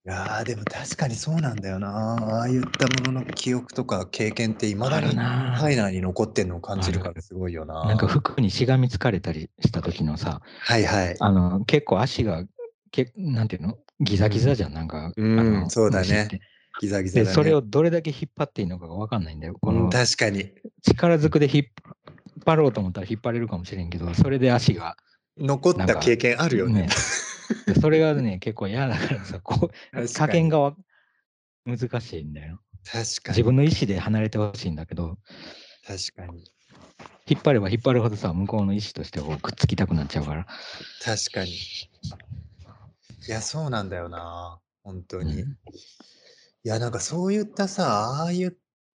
やーでも確かにそうなんだよな。ああいったものの記憶とか経験っていまだあるにな体内に残ってんのを感じるからすごいよな。なんか服にしがみつかれたりした時のさ、はいはい。あの、結構足が、けなんていうのギザギザじゃん、なんか。うんあのそうだね。虫ってギザギザで、だね。それをどれだけ引っ張っていいのかがわかんないんだよ。こうんの確かに。力ずくで引っ張ろうと思ったら引っ張れるかもしれんけど、それで足が残った経験あるよね。ねそれが ね、結構嫌だからさ、こう、確か加に減がわ難しいんだよ。確か自に。分の意思で離れてほしいんだけど、確かに。引っ張れば引っ張るほどさ、向こうの意思としてこうくっつきたくなっちゃうから。確かに。いや、そうなんだよな。本当に。ういんや、なんかそういったさ、ああいっ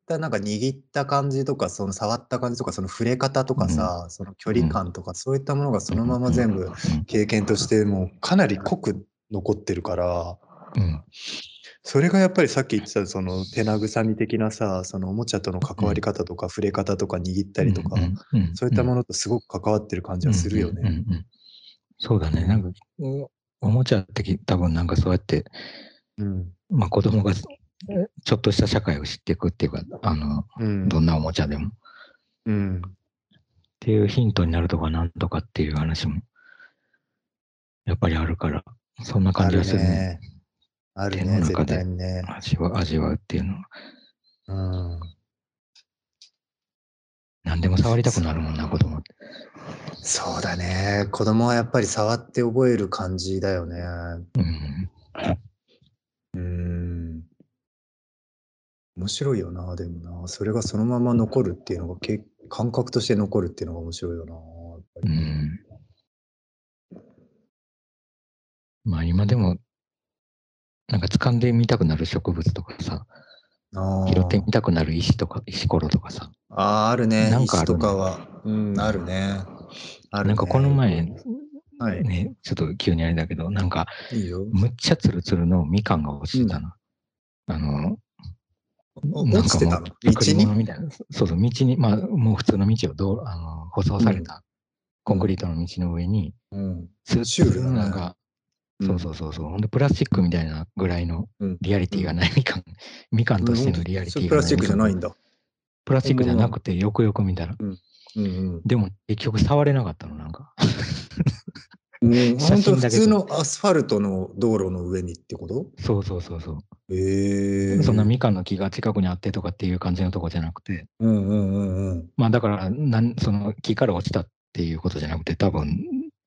たなんか握った感じとか、その触った感じとか、その触れ方とかさ、その距離感とか、そういったものがそのまま全部経験としてもうかなり濃く残ってるから、うん。それがやっぱりさっき言ってたその手なぐさみ的なさ、そのおもちゃとの関わり方とか、触れ方とか握ったりとか、うん、うんそういったものとすごく関わってる感じはするようんうんね。うんうんそうだね。なんか、おおもちゃってき多分なんかそうやって、うん。まあ子供がちょっとした社会を知っていくっていうか、あの、うん。どんなおもちゃでも。っうん。ていうヒントになるとかなんとかっていう話も、やっぱりあるから、そんな感じがするね。ある手のね、中絶で対にね。味わ味わうっていうのは。うん。何でも触りたくなるもんな、子供って。そうだね。子供はやっぱり触って覚える感じだよね。うん。うん。面白いよな、でもな。それがそのまま残るっていうのが、け感覚として残るっていうのが面白いよな。やっぱうりん。まあ今でも、なんか掴んでみたくなる植物とかさ、あ拾ってーみたくなる石とか、石ころとかさ、あー、あるね。なんかあ石るねとかは。うん、あるね。あるねなんかこの前、はい。ね、ちょっと急にあれだけど、なんか、いいよ。むっちゃツルツルのみかんが落ちてたな。あの、おなん落ちかてもたうの、道贈りに物みたいな。そうそう、道に、まあ、もう普通の道をどう、あの、舗装された、コンクリートの道の上に、うん。ツルシューツルルだのなねんか、そうそうそうそう。ほんで、プラスチックみたいなぐらいのうんリアリティがないみかん。みかんとしてのリアリティプがラなスいチックじゃないみんかんだ。プラスチックじゃなくて、よくよく見たら。うんうん。でも、結局触れなかったの、なんか。う写ん、本当真普だけ通どのアスファルトの道路の上にってことそうそうそうそう。えそんなみかんの木が近くにあってとかっていう感じのとこじゃなくて、うんうんうんうん。まあだからなん、その木から落ちたっていうことじゃなくて、多分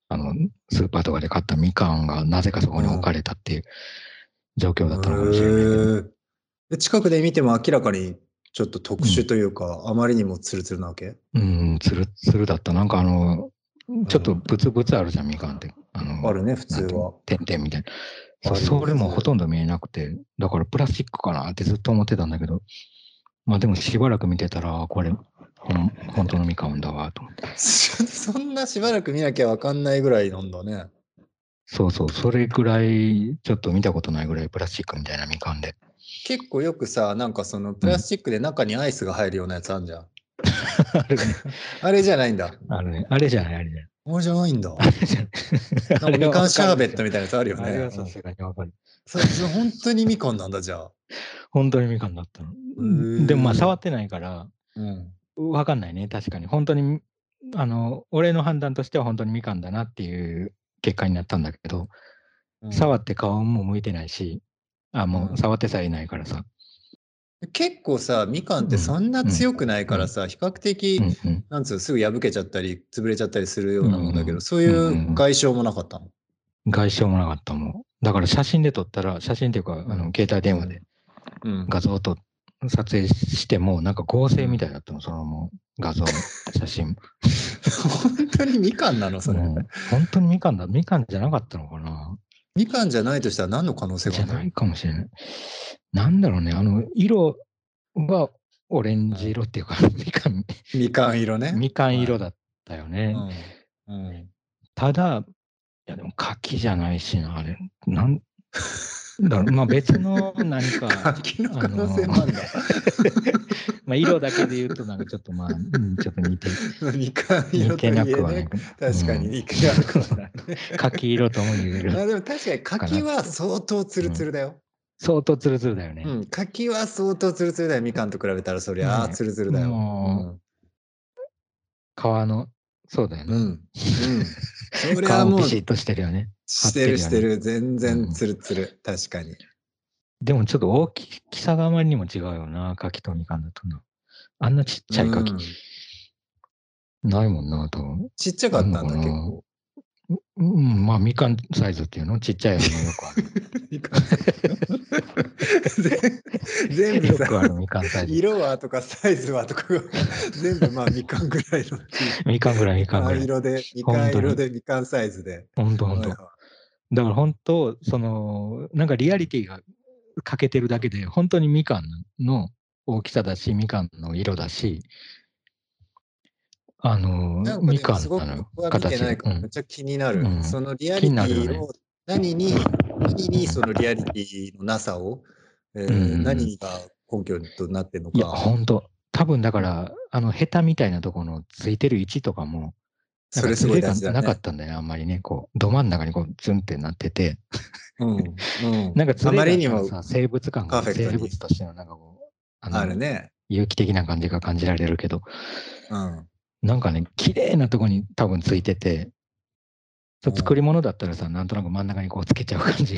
あのスーパーとかで買ったみかんがなぜかそこに置かれたっていう状況だったのかもしれないけど、へえで近くで見ても明らかにちょっと特殊というか、あまりにもツルツルなわけうん、つるつるだった。なんかあの、ちょっとブツブツあるじゃん、みかんって。あのあるね、普通なんていうはの。点々みたいな。そあるよねそれもほとんど見えなくて、だからプラスチックかなってずっと思ってたんだけど、まあでもしばらく見てたら、あこれ、ほん本当のみかんだわと思って。 そんなしばらく見なきゃわかんないぐらいなんだね。そうそう、それぐらい、ちょっと見たことないぐらいプラスチックみたいなみかんで。結構よくさ、なんかそのプラスチックで中にアイスが入るようなやつあんじゃん。あるね。あれじゃないんだ。あるね。あれじゃない、あれじゃない。あれじゃないんだ。あれじゃない。なんかみかんシャーベットみたいなやつあるよあれねは。さすがにわかる。それ本当にみかんなんだじゃあ。本当にみかんだったーんの。でもまあ触ってないから、うん。わかんないね、確かに。本当に、あの、俺の判断としては本当にみかんだなっていう結果になったんだけど、触って顔も向いてないし、あ、もうんう触ってさえいないからさ。結構さ、みかんってそんな強くないからさ、比較的、うんうんなんつうのすぐ破けちゃったり、潰れちゃったりするようなもんだけうど、んそういう外傷もなかったの。外傷もなかったもん。だから写真で撮ったら、写真っていうか、あの携帯電話でうん画像と撮影しても、なんか合成みたいだったの、そのもう画像、写真。本当にみかんな のそれ、うん本当にみかんだ、みかんじゃなかったのかなみかんじゃないとしたら何の可能性がじあゃるのないかもしれない。なんだろうね、あの、色がオレンジ色っていうか、みかん、みかん色ね。みかん色だったよね。うんうんただ、いやでも柿じゃないしな、あれ。 なんだろう、まあ別の何か、柿の可能性もあるんだ。まあ色だけで言うと、なんかちょっとまあ、うんちょっと似て、みかん 色似といてえなくはなねい。けど。確かにうん似てなくはない。 柿色とも 言えある。でも確かに柿は相当ツルツルだよ。相当ツルツルだよね。うん、柿は相当ツルツルだよ。みかんと比べたらそりゃあねツルツルだよ。も皮の、そうだようん。うね。ん。うん、そりゃ皮あももうピシッとしてるよね。してるしてる。全う然んツルツル。確かに。でもちょっと大きさがあまりにも違うよな、柿とみかんだとな。あんなちっちゃい柿、うんないもんな、と思う。ちっちゃかったんだ、あんの結かな構。うんうん、まあみかんサイズっていうのちっちゃいのよ くある。みかん全部よさくあるみかんサイズ。色はとかサイズはとかが全部まあみかんぐらいのみかんぐらい、みかんぐらみかんい。色でみ本当にかん色でみかんサイズでほんとほんと。だはいかはら本当、その、なんかリアリティが欠けてるだけで、本当にみかんの大きさだし、みかんの色だし、あのい、なんかみでかもんすごくの僕は見て形なが。いからうんめっちゃ気になる、うんそのリアリテ気になるィよを何に何にそのリアリティのなさを、えーうんうん何が根拠となってるのいや、か本当多分だから、あの、ヘタみたいなところのついてる位置とかも、なんそかれすごい手が大事だねなかったんだよね、あんまりね。こう、ど真ん中にこう、ツンってなってて。うんうんなんかズあレがまりにもさ生物感がパーフェクト生に物としてのなんかこうあのあるね、有機的な感じが感じられるけどうん、なんかね綺麗なとこに多分ついててそううん作り物だったらさなんとなく真ん中にこうつけちゃう感じ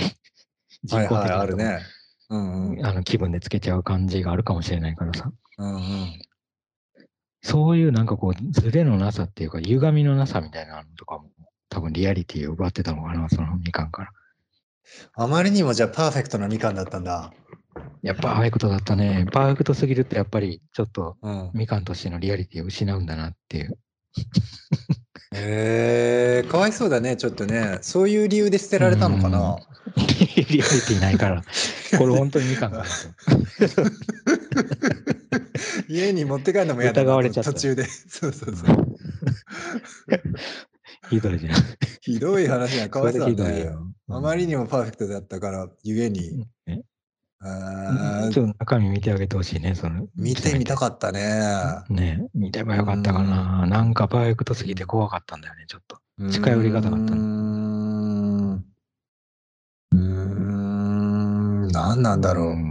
人はい工は的いあなとるこ、ねうんうんあの気分でつけちゃう感じがあるかもしれないからさうんうんそういうなんかこうズレのなさっていうか歪みのなさみたいなのとかも多分リアリティを奪ってたのかなそのみかんからあまりにもじゃあパーフェクトなみかんだったんだ。やっぱパーフェクトだったねパーフェクトすぎるとやっぱりちょっとうん、みかんとしてのリアリティを失うんだなっていうえー、かわいそうだね、ちょっとね。そういう理由で捨てられたのかな。リアリティない から。これ本当にみかんだなと。家に持って帰るのもやだな疑われちゃった途中で。 そうそうそう。ひどいじゃん。ひどい話や かわいそうそれひだどいね。よ。あまりにもパーフェクトだったから、ゆえうに。んねあーちょっと中身見てあげてほしいね、その。見てみたかったね。ね見てばよかったかな。なんかパーフェクトすぎて怖かったんだよね、ちょっと。近寄りがたかったねうーん。うーん。何なんだろう。ん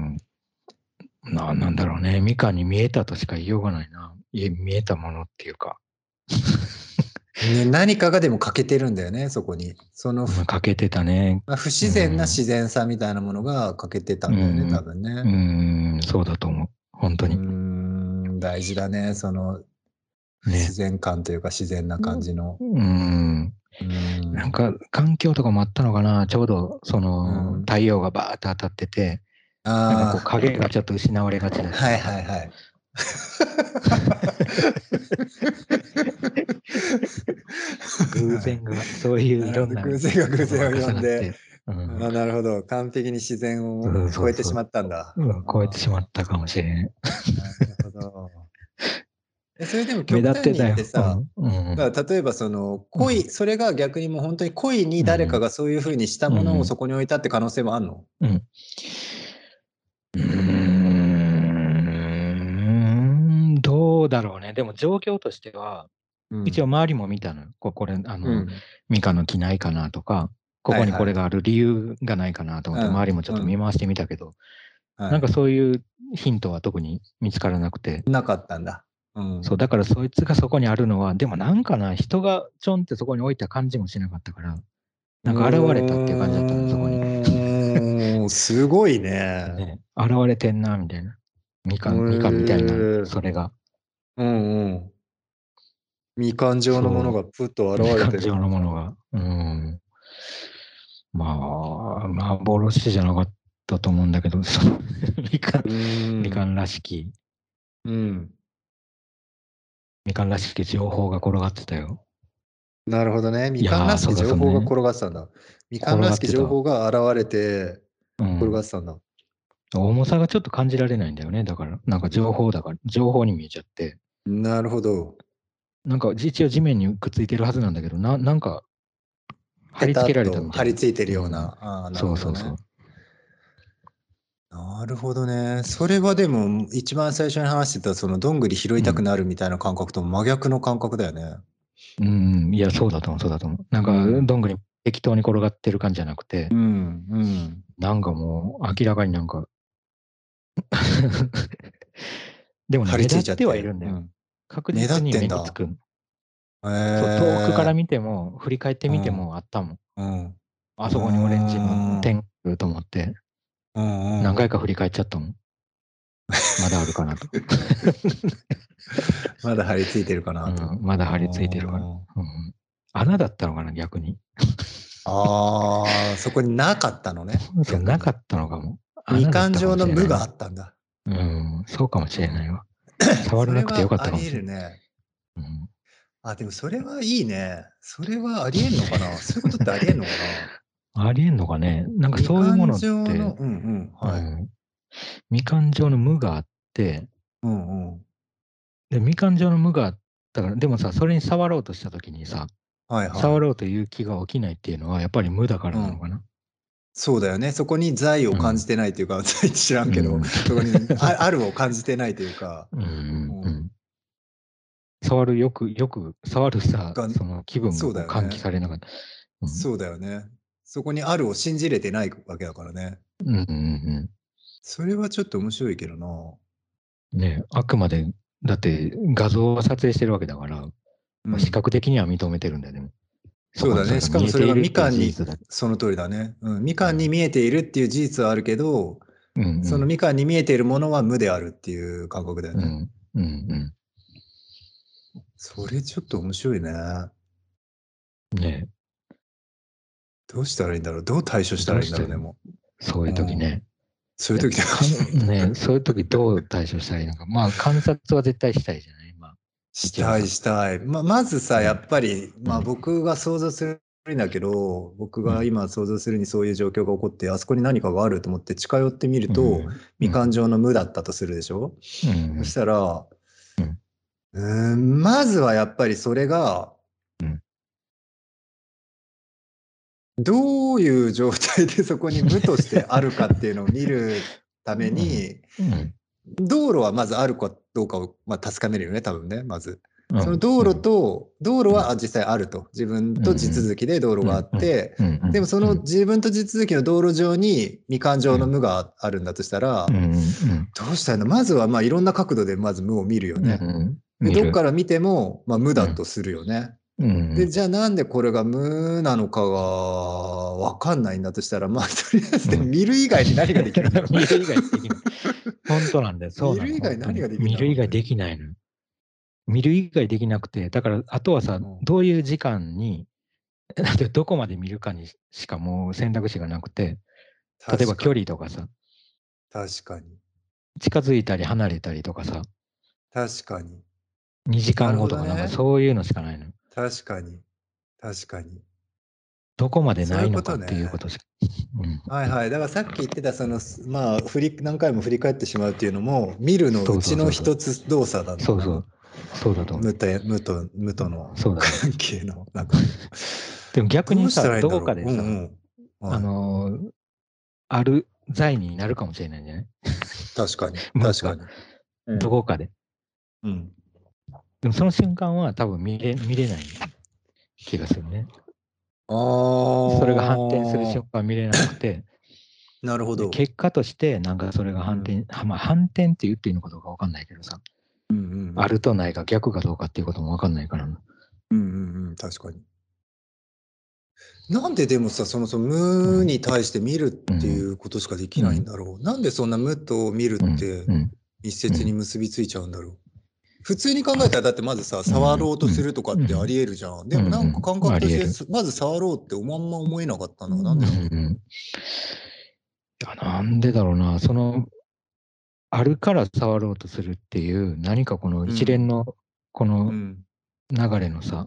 ななんだろうね。みかんに見えたとしか言いようがないな。いえ見えたものっていうか。ね、何かがでも欠けてるんだよね、そこに。その、まあ欠けてたね。まあ不自然な自然さみたいなものが欠けてたんだよね、多分うね。ん、そうだと思う。本当うに。ん、大事だね、その、不ね自然感というか自然な感じの。うん。うんなんか、環境とかもあったのかな。ちょうど、その、うん太陽がバーッと当たってて、なんかこう、あ影がちょっと失われがちだあ、しはいはいはい。偶然が、そういういろんな。なるほど偶然が偶然を呼重なっんでて。あなるほど。完璧に自然そうそうをそう超えてしまったんだ。うん。うん超えてしまったかもしれん。なるほど。えそれでも目極立っ端てにた言よって。さ、うん。うんだから例えばその恋、それが逆にもう本当に恋に誰かがそういうふうにしたものをそこに置いたって可能性もあるの、うんうーんどうだろうね。でも状況としては、うん一応周りも見たのよ。ここれ、あの、うんミカの木ないかなとか、ここはいにはいこれがある理由がないかなと思って、うん周りもちょっと見回してみたけど、はいなんかそういうヒントは特に見つからなくて、なかったんだ。うん、そう、だからそいつがそこにあるのは、でもなんかな、人がちょんってそこに置いた感じもしなかったから、なんか現れたっていう感じだったの、そこに。に。すごいね。ね、現れてんな、みたいな。みかへん、ーみかんみたいな、それが。うんうん。みかん状のものがプッと現みかれんてる。状のものが。うん。まあ、幻じゃなかったと思うんだけど、 そのみかん、うんみかんらしき、うん。みかんらしき情報が転がってたよ。なるほどね。みかんらしきいやーそうだ情そうね報が転がってたんだ。みかんらしき情報が現れてうん転がってたんだ。重さがちょっと感じられないんだよね。だから、なんか情報だから、情報に見えちゃって。なるほど。なんか一応地面にくっついてるはずなんだけど、ななんか、貼り付けられたペタッみとた貼いなり。付いてるような。あーなるそほうどそうねそう。なるほどね。それはでも一番最初に話してたそのどんぐり拾いたくなるみたいな感覚と真逆の感覚だよね。うん、いや、そうだと思う、そうだと思う。なんうか、んどんぐり適当に転がってる感じじゃなくてう、んうん。なんかもう、明らかになんか、でもね、張目り付い立ちっゃっててはいるんだよ。うん確実に目立って目んだにつくのへそうー遠くから見ても、振り返ってみてもあったもん。うんあそこにオレンジの点あると思って、うんうん何回か振り返っちゃったもん。まだあるかなと。まだ張り付いてるか なと。うんまだ張り付いてるから。あうん穴だったのかな、逆に。あー、そこになかったのね。そうなかったのかも。みかん状の無があ穴だっったんだ。たかもしれない。うん、そうかもしれない わ。触らなくてよかったかもしれないそれはあり得るね。うんあ、でもそれはいいね。それはありえんのかなそういうことってありえんのかありえんのかねなんなか そういうものっみて、かん状のうんうん。はうい。んみかん状の無があって、うんうん。で、みかん状の無があったから、でもさ、それに触ろうとしたときにさ、はいはい。触ろうという気が起きないっていうのは、やっぱり無だからなのかな。そうだよね。そこに財を感じてないというか、財知らんけど、うんそこにあ あるを感じてないというか、うん。うんう触る、よく、よく、触るさが、その気分そうだがよね喚起されなかった。うんそうだよね。そこにあるを信じれてないわけだからね。うんうんうんそれはちょっと面白いけどな。ねえあくまで、だって画像は撮影してるわけだから、うまんあ視覚的には認めてるんだよね。そうだねこにしかもそれが見えているっていうみかんに事実だその通りだね、うん。みかんに見えているっていう事実はあるけど、うんうんそのみかんに見えているものは無であるっていう感覚だようね。んうんうんそれちょっと面白いね。ねえどうしたらいいんだろうどう対処したらいいんだろうね、どうしてもう。そういう時ね。そういう時だ。かんねえそういう時どう対処したらいいのか。まあ観察は絶対したいじゃない。まあ、 したいしたい。ままずうさ、んやっぱり、まあうん僕が想像するんだけど、僕が今想像するにそういう状況が起こって、あそこに何かがあると思って近寄ってみると、うんみかん状の無だったとするでしょ、うんそしたら、うんうーんまずはやっぱりそれが、うんどういう状態でそこに無としてあるかっていうのを見るために、 うん道路はまずあるかどうかを、まあ、確かめるよね、多分ね、まず。うんその道路と、道路はあ実際あると。自分と地続きで道路があって、うんうんでもその自分と地続きの道路上に未完状の無があるんだとしたらうん、うんどうしたらいいのまずはまあいろんな角度でまず無を見るようんね。うんで見るどっから見てもまあ無だとするよね。うんで、じゃあなんでこれが無なのかがわかんないんだとしたら、まあ、とりあえずでうん見る以外に何ができるんだろう見る以外できない。本当なんだ よ。そうなの見る以外何ができるの見る以外できないの。見る以外できなくて、だから、あとはさうん、どういう時間に、 だってどこまで見るかにしかもう選択肢がなくて、 例えば距離とかさ、確かに。近づいたり離れたりとかさ、確かに。 2時間後とかなるなんほどねかそういうのしかないの。確かに。確かに。どこまでないのかそっういうことねていうことしか。うんはいはい。だからさっき言ってた、その、すまあ、振り、何回も振り返ってしまうっていうのも、見るのうちの一つ動作だなそうそう。そうだと思う。無と、無と、無とのそうだね関係の中で。でも逆にしたらさ、いいんどだろうこかでさ、うんうんあはいのー、ある罪になるかもしれないんじゃない確かに。まあ確かに。うんどこかで。うん。でもその瞬間は多分見れ見れない気がするね。あーそれが反転する瞬間見れなくて、なるほでど。結果としてなんかそれが反転、はまあ反転って言っていいのかどうかわかんないけどさ、うんうんうんあるとないか逆かどうかっていうこともわかんないからな。うんうんうん、確かに。なんででもさ、そもそも無に対して見るっていうことしかできないんだろう。なんでそんな無と見るうんってうん密接に結びついちゃうんだろう。普通に考えたらだってまずさ、触ろうとするとかってありえるじゃん。でもなんか感覚とうんありして、まず触ろうって思あんま思えなかったのはなんでなのうんうんいやなんでだろうな、その、あるから触ろうとするっていう、何かこの一連のこうのん。流れのさ、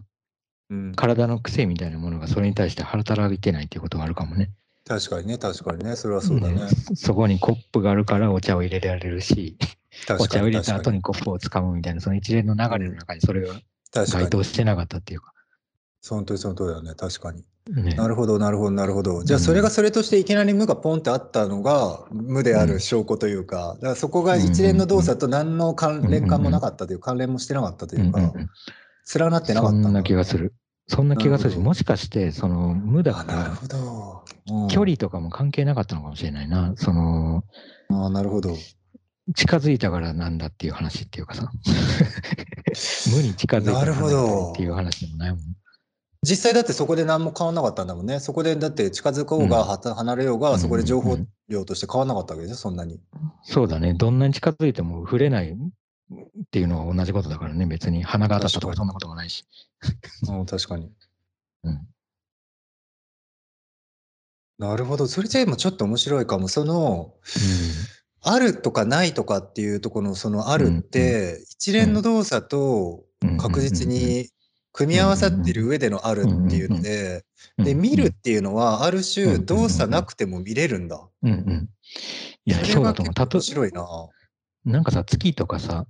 うん。体の癖みたいなものがそれに対して働いてないっていうことがあるかもね。確かにね、確かにね。それはそうだね。そそこにコップがあるからお茶を入れられるし、お確か茶を入に。れた確後かに。にコップを掴むみたいな、その一連の流れの中にそれが確か該に。当してなかったっていうか。その通りその通りだね。確かに。ね、なるほど、なるほど、なるほど。じゃあ、うんそれがそれとしていきなり無がポンってあったのが、無である証拠というか、だからそこが一連の動作と何の関連感もなかったという、関連もしてなかったといううんうんかう、ん連なってなかそったんな気がする。る。そんな気がするなるし、ほどもしかして、その無だかあなるらほど。うん距離とかも関係なかったのかもしれないな。その、あなるほど。近づいたからなんだっていう話っていう かさ、無に近づいたなるらほなんだどっていう話でもないもん。実際だってそこで何も変わらなかったんだもんね。そこでだって近づこうが、うんはた離れよううが、んそこで情報量として変わらなかったわけでしょ、そんなに。そうだね。どんなに近づいても触れないっていうのは同じことだからね。別に鼻が当たったとか確そかにんなこともないし。うん、確かに。うん。なるほど。それじゃあ今ちょっと面白いかも。その、あるとかないとかっていうところのそのあるって、一連の動作とうん確実、に組み合わさってる上でのあるっていうので、うんで、うん見るっていうのはある種うん動作なくても見れるんだ。うんうん。いや、そそうれだがと思結う。構たと面白いな。なんかさ、月とかさ、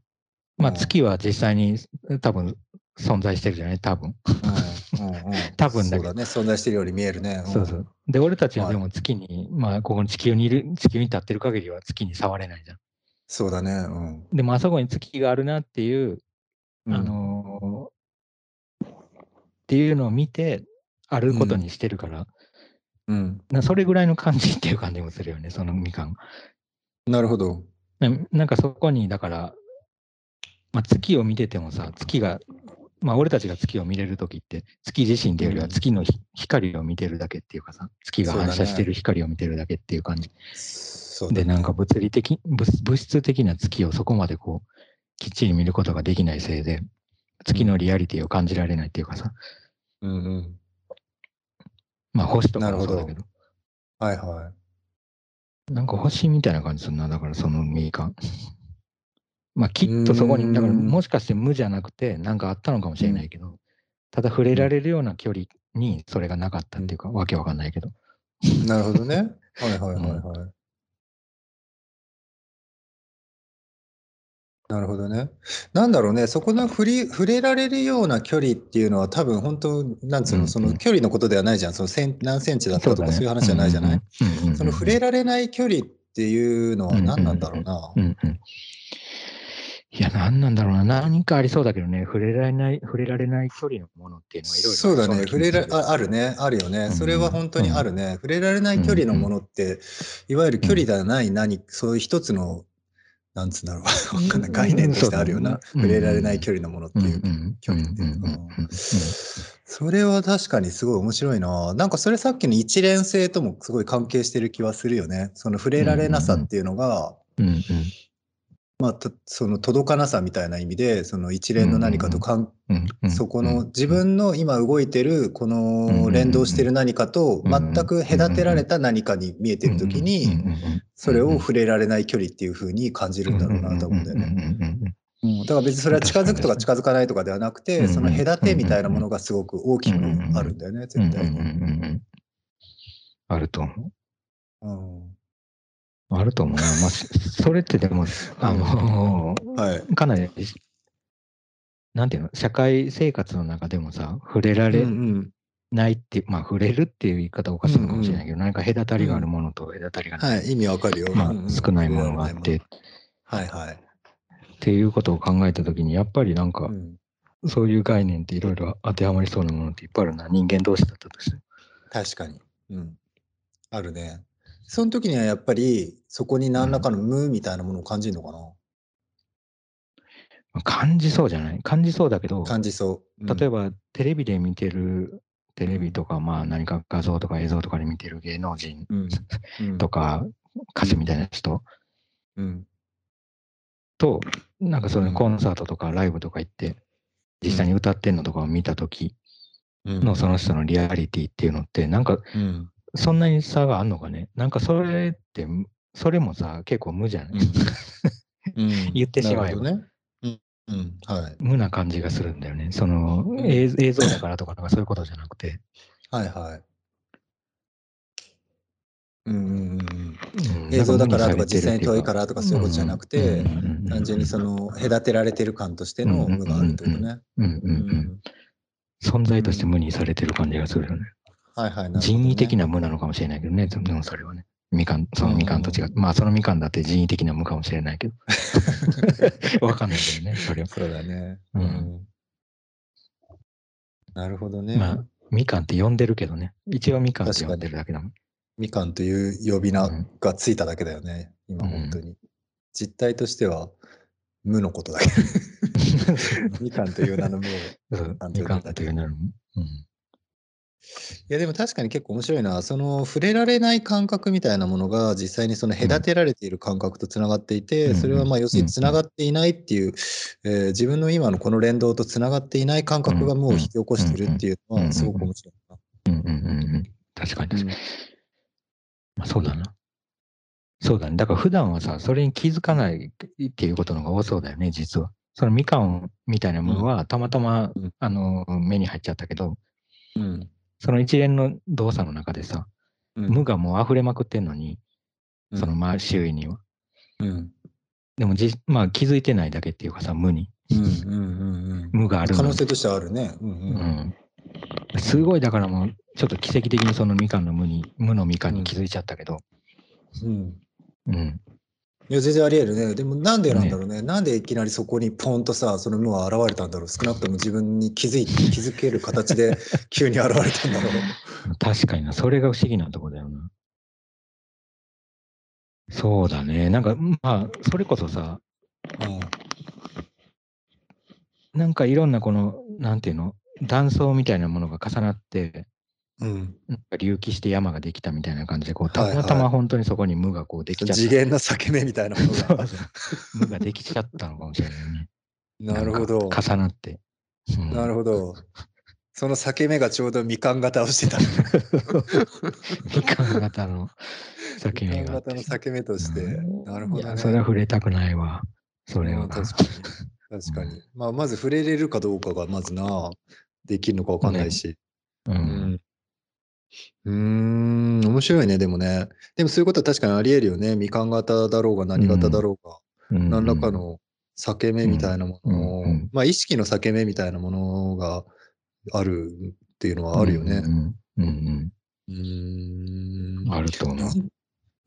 まあうん月は実際に多分存在してるじゃない多分。うんうんうん 多分だそうけどだね。存在してるように見えるね。んそうそう。。で、俺たちははいでも月に、まあここの地球にいる、地球に立ってる限りは月に触れないじゃん。そうだね。うん。でもあそこに月があるなっていううんあのーっていうのを見て、あることにしてるから、うん。なそれぐらいの感じっていう感じもするよね、そのみかん。なるほど。ななんかそこに、だから、まあ、月を見ててもさ、月が、まあ、俺たちが月を見れるときって、月自身というよりうはん月のひ光を見てるだけっていうかさ、月がそうだね反射してる光を見てるだけっていう感じ。そうだねで、なんか、物理的、物物質的な月をそこまでこう、きっちり見ることができないせいで、月のリアリティを感じられないっていうかさ、うんうん。まあ星とかなるもほそどうだけど。はいはい。なんか星みたいな感じするな、だからそのみかん。まあきっとそこうーに、んだからもしかして無じゃなくて、なんかあったのかもしれないけど、ただ触れられるような距離にそれがなかったっていうか、わけわかんないけど。なるほどね。はいはいはいはい。なるほどね。なんだろうね、そこの振り触れられるような距離っていうのは、多分本当、なんつううんうの、んその距離のことではないじゃん、そのセン何センチだったとか、そういう話じゃないじゃない。うんうんうんうんうんその触れられない距離っていうのは何なんだろうなう。んうん。いや、何なんだろうな。何かありそうだけどね、触れられない、触れられない距離のものっていうのはいろいろ。そうだね、触れらああるね、あるよね、それは本当にあるね、触れられない距離のものって、いわゆる距離ではない何、そういう一つのなんつうんだろう。 わかんない。概念としてあるような、うん触れられない距離のものっていう。ん距離っていうのかなうんうんうんそれは確かにすごい面白いな。なんかそれさっきの一連性ともすごい関係してる気はするよね。その触れられなさっていうのが、うんうんまあ、たその届かなさみたいな意味で、その一連の何かと関うんうんうんそこの自分の今動いてるこの連動してる何かと全く隔てられた何かに見えてる時うんにうんうんうんそれを触れられない距離っていう風に感じるんだろうなと思うんだよね。うんだから別にそれは近づくとか近づかないとかではなくうんてその隔てみたいなものがすごく大きくあるんだうよねんうん絶対うんうんうに。んうんあると思うんう。あると思うな。まあ、そそれってで も、あの、はい。かなり、なんていうの、社会生活の中でもさ、触れらうれんうんないって、まあ、触れるっていう言い方をおかしいのかもしれないけど、何か隔たりがあるものと隔たりがない、はい、意味わかるよ。まあうんうん、少ないものがあって、っはいはい。ていうことを考えたときに、やっぱりなんかう、んそういう概念っていろいろ当てはまりそうなものっていっぱいあるな、人間同士だったとして。確かに。うん。あるね。その時にはやっぱりそこに何らかの無みたいなものを感じるのかな、まあ感じそうじゃない感じそうだけど、感じそう。うん例えばテレビで見てるテレビとか、まあ何か画像とか映像とかで見てる芸能人うんうんとか歌手みたいな人うんと、なんかそうのんコンサートとかライブとか行って、実際に歌ってんのとかを見た時うんのその人のリアリティっていうのって、なんかうんそんなに差があんのかねなんかそれって、それもさ、結構無じゃない、うん 言ってしまえばなるほどね。うん、うんはい、無な感じがするんだよね。そのん映映像だからとかなんかそういうことじゃなくて。はいはい。うんうんうんうん映像だからとか実際に遠いらからとかそういうことじゃなくて、単純にその隔てられてる感としての無があるってことね。うんうんううんん存在として無にされてる感じがするよね。はいはい。なるほどね人為的な無なのかもしれないけどね、でもそれはね。みかん、そのみかんと違う。まあ、そのみかんだって人為的な無かもしれないけ ど。わかんないけどね、それは。そうだね。うんうんなるほどね。まあ、みかんって呼んでるけどね。一応みかんって呼んでるだけだもん。みかんという呼びう名んがついただけだよね。今、うん本当に。実態としては、無のことだけど。 みかんという名の無を。いそうみかんっていうなるもん。うんや、でも確かに結構面白いな。その、触れられない感覚みたいなものが、実際にその隔てられている感覚とつながっていうて、んそれはまあ、うん要するにつながっていないっていう、えー自分の今のこの連動とつながっていない感覚が無を引き起こしてるっていうのは、すごく面白いな。うんうんうんうん。確かに確かに。まあ、そうだな。そうだね。だから普段はさ、それに気づかないっていうことの方が多そうだよね、実は。そのみかんみたいなものは、たまたま、うんあの、目に入っちゃったけど、うんその一連の動作の中でさ、うん無がもう溢れまくってんのに、うんそのまあ周囲には。うんでもじ、まあ気づいてないだけっていうかさ、無に。うんうんうんうん無がある可の能に性としてはあるね。うんううんん。すごい、だからもう、ちょっと奇跡的にそのみかんの無に、無のみかんに気づいちゃったけど、うんうん。いや全然あり得るね。でもなんでなんだろうねなんでいきなりそこにポンとさ、その無は現れたんだろう。少なくとも自分に気づいて、気づける形 で急に現れたんだろう。確かにな、それが不思議なとこだよな。そうだね。なんか、まあ、それこそさ、なんかいろんなこの、なんていうの、断層みたいなものが重なって、うん。うん、なんか隆起して山ができたみたいな感じで、こう、はいたはいまたま本当にそこに無がこうできちゃった。次元の裂け目みたいなものそう が。そう無ができちゃったのかもしれないね。 なるほどん。か重なって。うんなるほど。その裂け目がちょうどみかん型をして た。みかん型の裂けみか目んがあって。型の裂け目として。うんなるほいど、や、ね。それは触れたくないわ。それはうん確 かに。確かに。まあ、まず触れれるかどうかが、まずな、できるのかわかんないし。ううんん。うーん、面白いね、でもね。でもそういうことは確かにあり得るよね。みかん型だろうが何型だろうが、うん何らかの裂け目みたいなものを、うんうんまあ意識の裂け目みたいなものがあるっていうのはあるよねう。んうんうんうーんうんあると思う。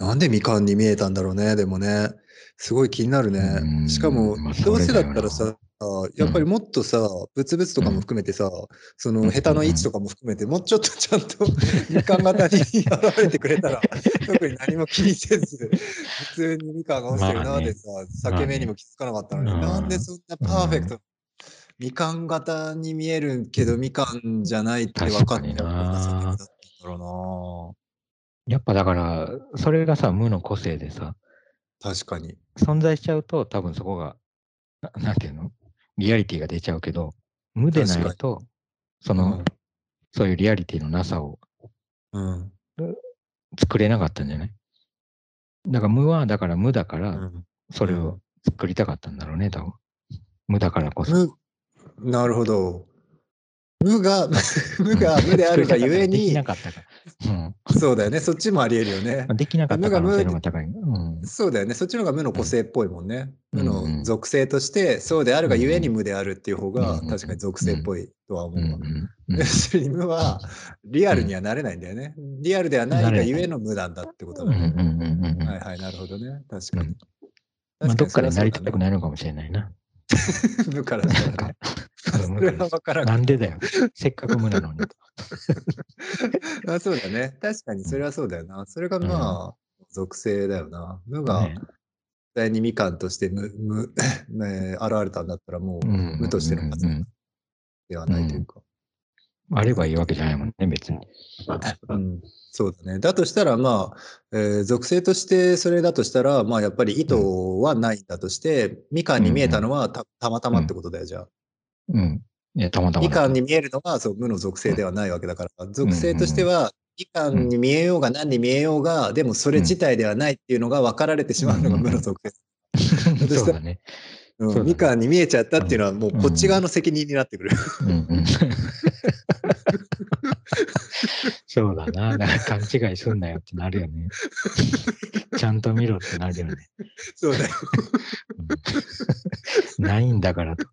なんでみかんに見えたんだろうね、でもね。すごい気になるうね。んしかもまあ、そどうれせだよだなったらさ、やっぱりもっとさ、ブツブツとかも含めてさ、その下手の位置とかも含めて、もうちょっとちゃん とみかん型に現れてくれたら、特に何も気にせず、普通にみかんが落ちてるまなあーねでさ、裂け目にも気づかなかったのに、うんなんでそんなパーフェクト、みかん型に見えるけど、みかんじゃないって分かったのが確かにな先だったんだろやっぱだから、それがさ、無の個性でさ、うな。確かに。存在しちゃうと、多分そこが、ななんていうのリアリティが出ちゃうけど、無でない確と、その、そういうリアリティのなさをうん。うん。作れなかったんじゃないだから無は、だから無だかうら、んそれうをん作りたかったんだろうね、多分。無だからこそ。無なるほど。無が、 無が無であるがゆえできにな、かったから。うんそうだよね。そっちもあり得るよねまあ。 できなかった無が可無能性の方が高い。うん。そうだよね。そっちの方が無の個性っぽいもんね。うん無うんうんの属性として、そうであるがゆえにう無であるっていう方うんがうん、確かに属性っぽいとは思うん うわ。うんうん要するに無はリアルにはなれないんだよね。リアルではないがゆえの無なんだってことうんうだんね。うん うんうんはいはい、なるほどね。確かうにん。まあ、どっかで成りたくい。ないのかもしれないな。無からした らね。なんか それは分からんなんでだよ。せっかく無なのに。あそうだね。確かにそれはそうだよな。それがまあ、属性だよな。無がね 実際にみかんとして無、無、 ね、現れたんだったらもううんうんうんうん無としての活動ではないというか。あればいいわけじゃないもんね、別に。うんそうだね。だとしたらまあ、えー属性としてそれだとしたら、まあやっぱり意図はないんだとして、みかんに見えたのはたたまたまってことだよ、じゃあ。うん。いや、たまたまみだ。かんに見えるのはそう無の属性ではないわけだから、属性としては、みかんに見えようが何に見えようが、でもそれ自体ではないっていうのが分かられてしまうのが無の属性。そうだね。うんそうだねみかんに見えちゃったっていうのはもうこっち側の責任に なってくる。うんうん。 そうだな。だから勘違いすんなよってなるよね。ちゃんと見ろってなるよね。そうだよ。うんないんだからと。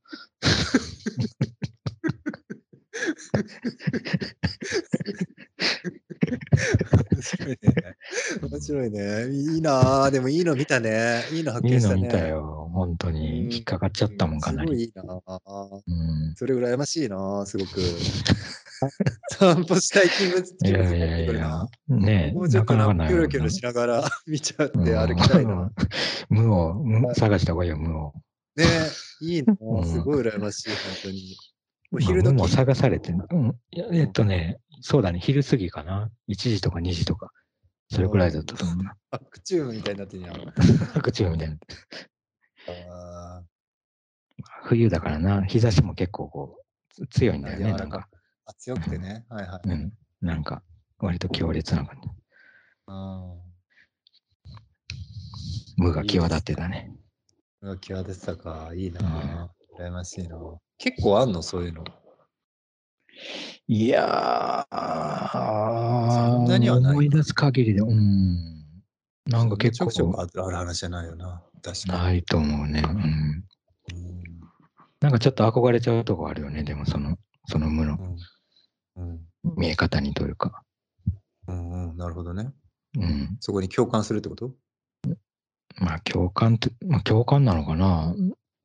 面白いね。面白いね。いいなあでもいいの見たね。いいの発い見いしたのね。見たよ。本当うんに。引っかかっちゃったもん、かなすごいり。いいなあうんそれ羨ましいなあすごく。 散歩したい気分気分いやにないやっていくるなや。ねもえ、うちょなっとかななかんなかいキョもロんキョロしながら 見ちゃってうん歩きたいな。無を、無はい探した方がいいよ、無を。ね、いいなうんすごい羨ましい、本当に。おまあ昼無時も探されて、うん。いやえっとね、そうだね、昼過ぎかな。1時とか2時とか。それくらいだったと思うな。アクチュームみたいになってんやん。白昼みたいな。あ冬だからな、日差しも結構こう、つ強いんだよね、あなんか。ーあ強くてね。はいはい。うん。なんか、割と強烈な感じ。あ無が際立ってたね。ーうわ際立ってたか。いいな、羨ましいな。結構あんのそういうの。いやー、そんなにはない思い出す限りで、うん。なんか結ちょくちょく構あるある話じゃないよな。確かないと思うね。うん。に。なんかちょっと憧れちゃうとこあるよね。でもその、その無のうん。うん。見え方にというか。うんうん。なるほどね。うん。そこに共感するってことまあ共感って、まあ共感なのかな。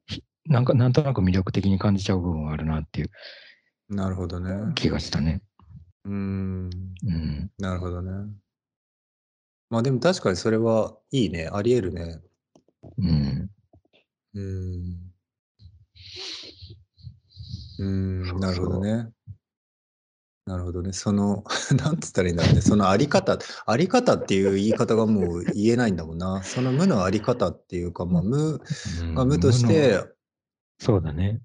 ひなんか、なんとなく魅力的に感じちゃう部分はあるなっていうなるほどね。気がしたね。ううん。ん。なるほどね。まあでも確かにそれはいいね。あり得るね。うん。うん。うんそうそうなるほどね。なるほどね。その、 なんつったらいいんだろうね。そのあり方、あり方っていう言い方がもう言えないんだもんな。その無のあり方っていうか、まあ無が無とし無の。て、そうだね。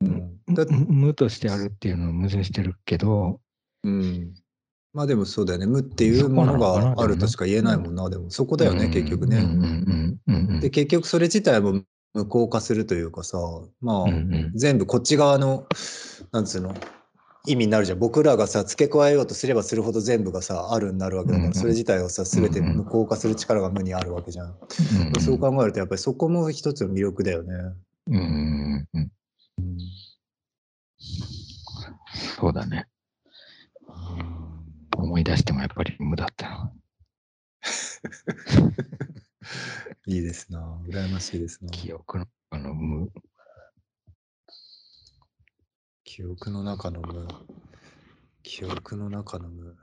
うんだ無無としてあるっていうのを矛盾してるけど、うん。まあでもそうだよね。無っていうそこもなののかながあでもるねとしか言えないもんな。でもそこだよね、結局うね。んうんうんうんうん。で、結局それ自体も無効化するというかさ、まあ、うんうん全部こっち側の、なんつうの、意味になるじゃん。僕らがさ、付け加えようとすればするほど全部がさ、あるになるわけだかうんうら、んそれ自体をさ、全てうんうん無効化する力が無にあるわけじゃん。うんうんそう考えると、やっぱりそこも一つの魅力だよね。うんうんうんうん。そうだね。思い出してもやっぱり無だったな。いいですな。羨ましいですな。記憶のあの無記憶の中の無。記憶の中の無。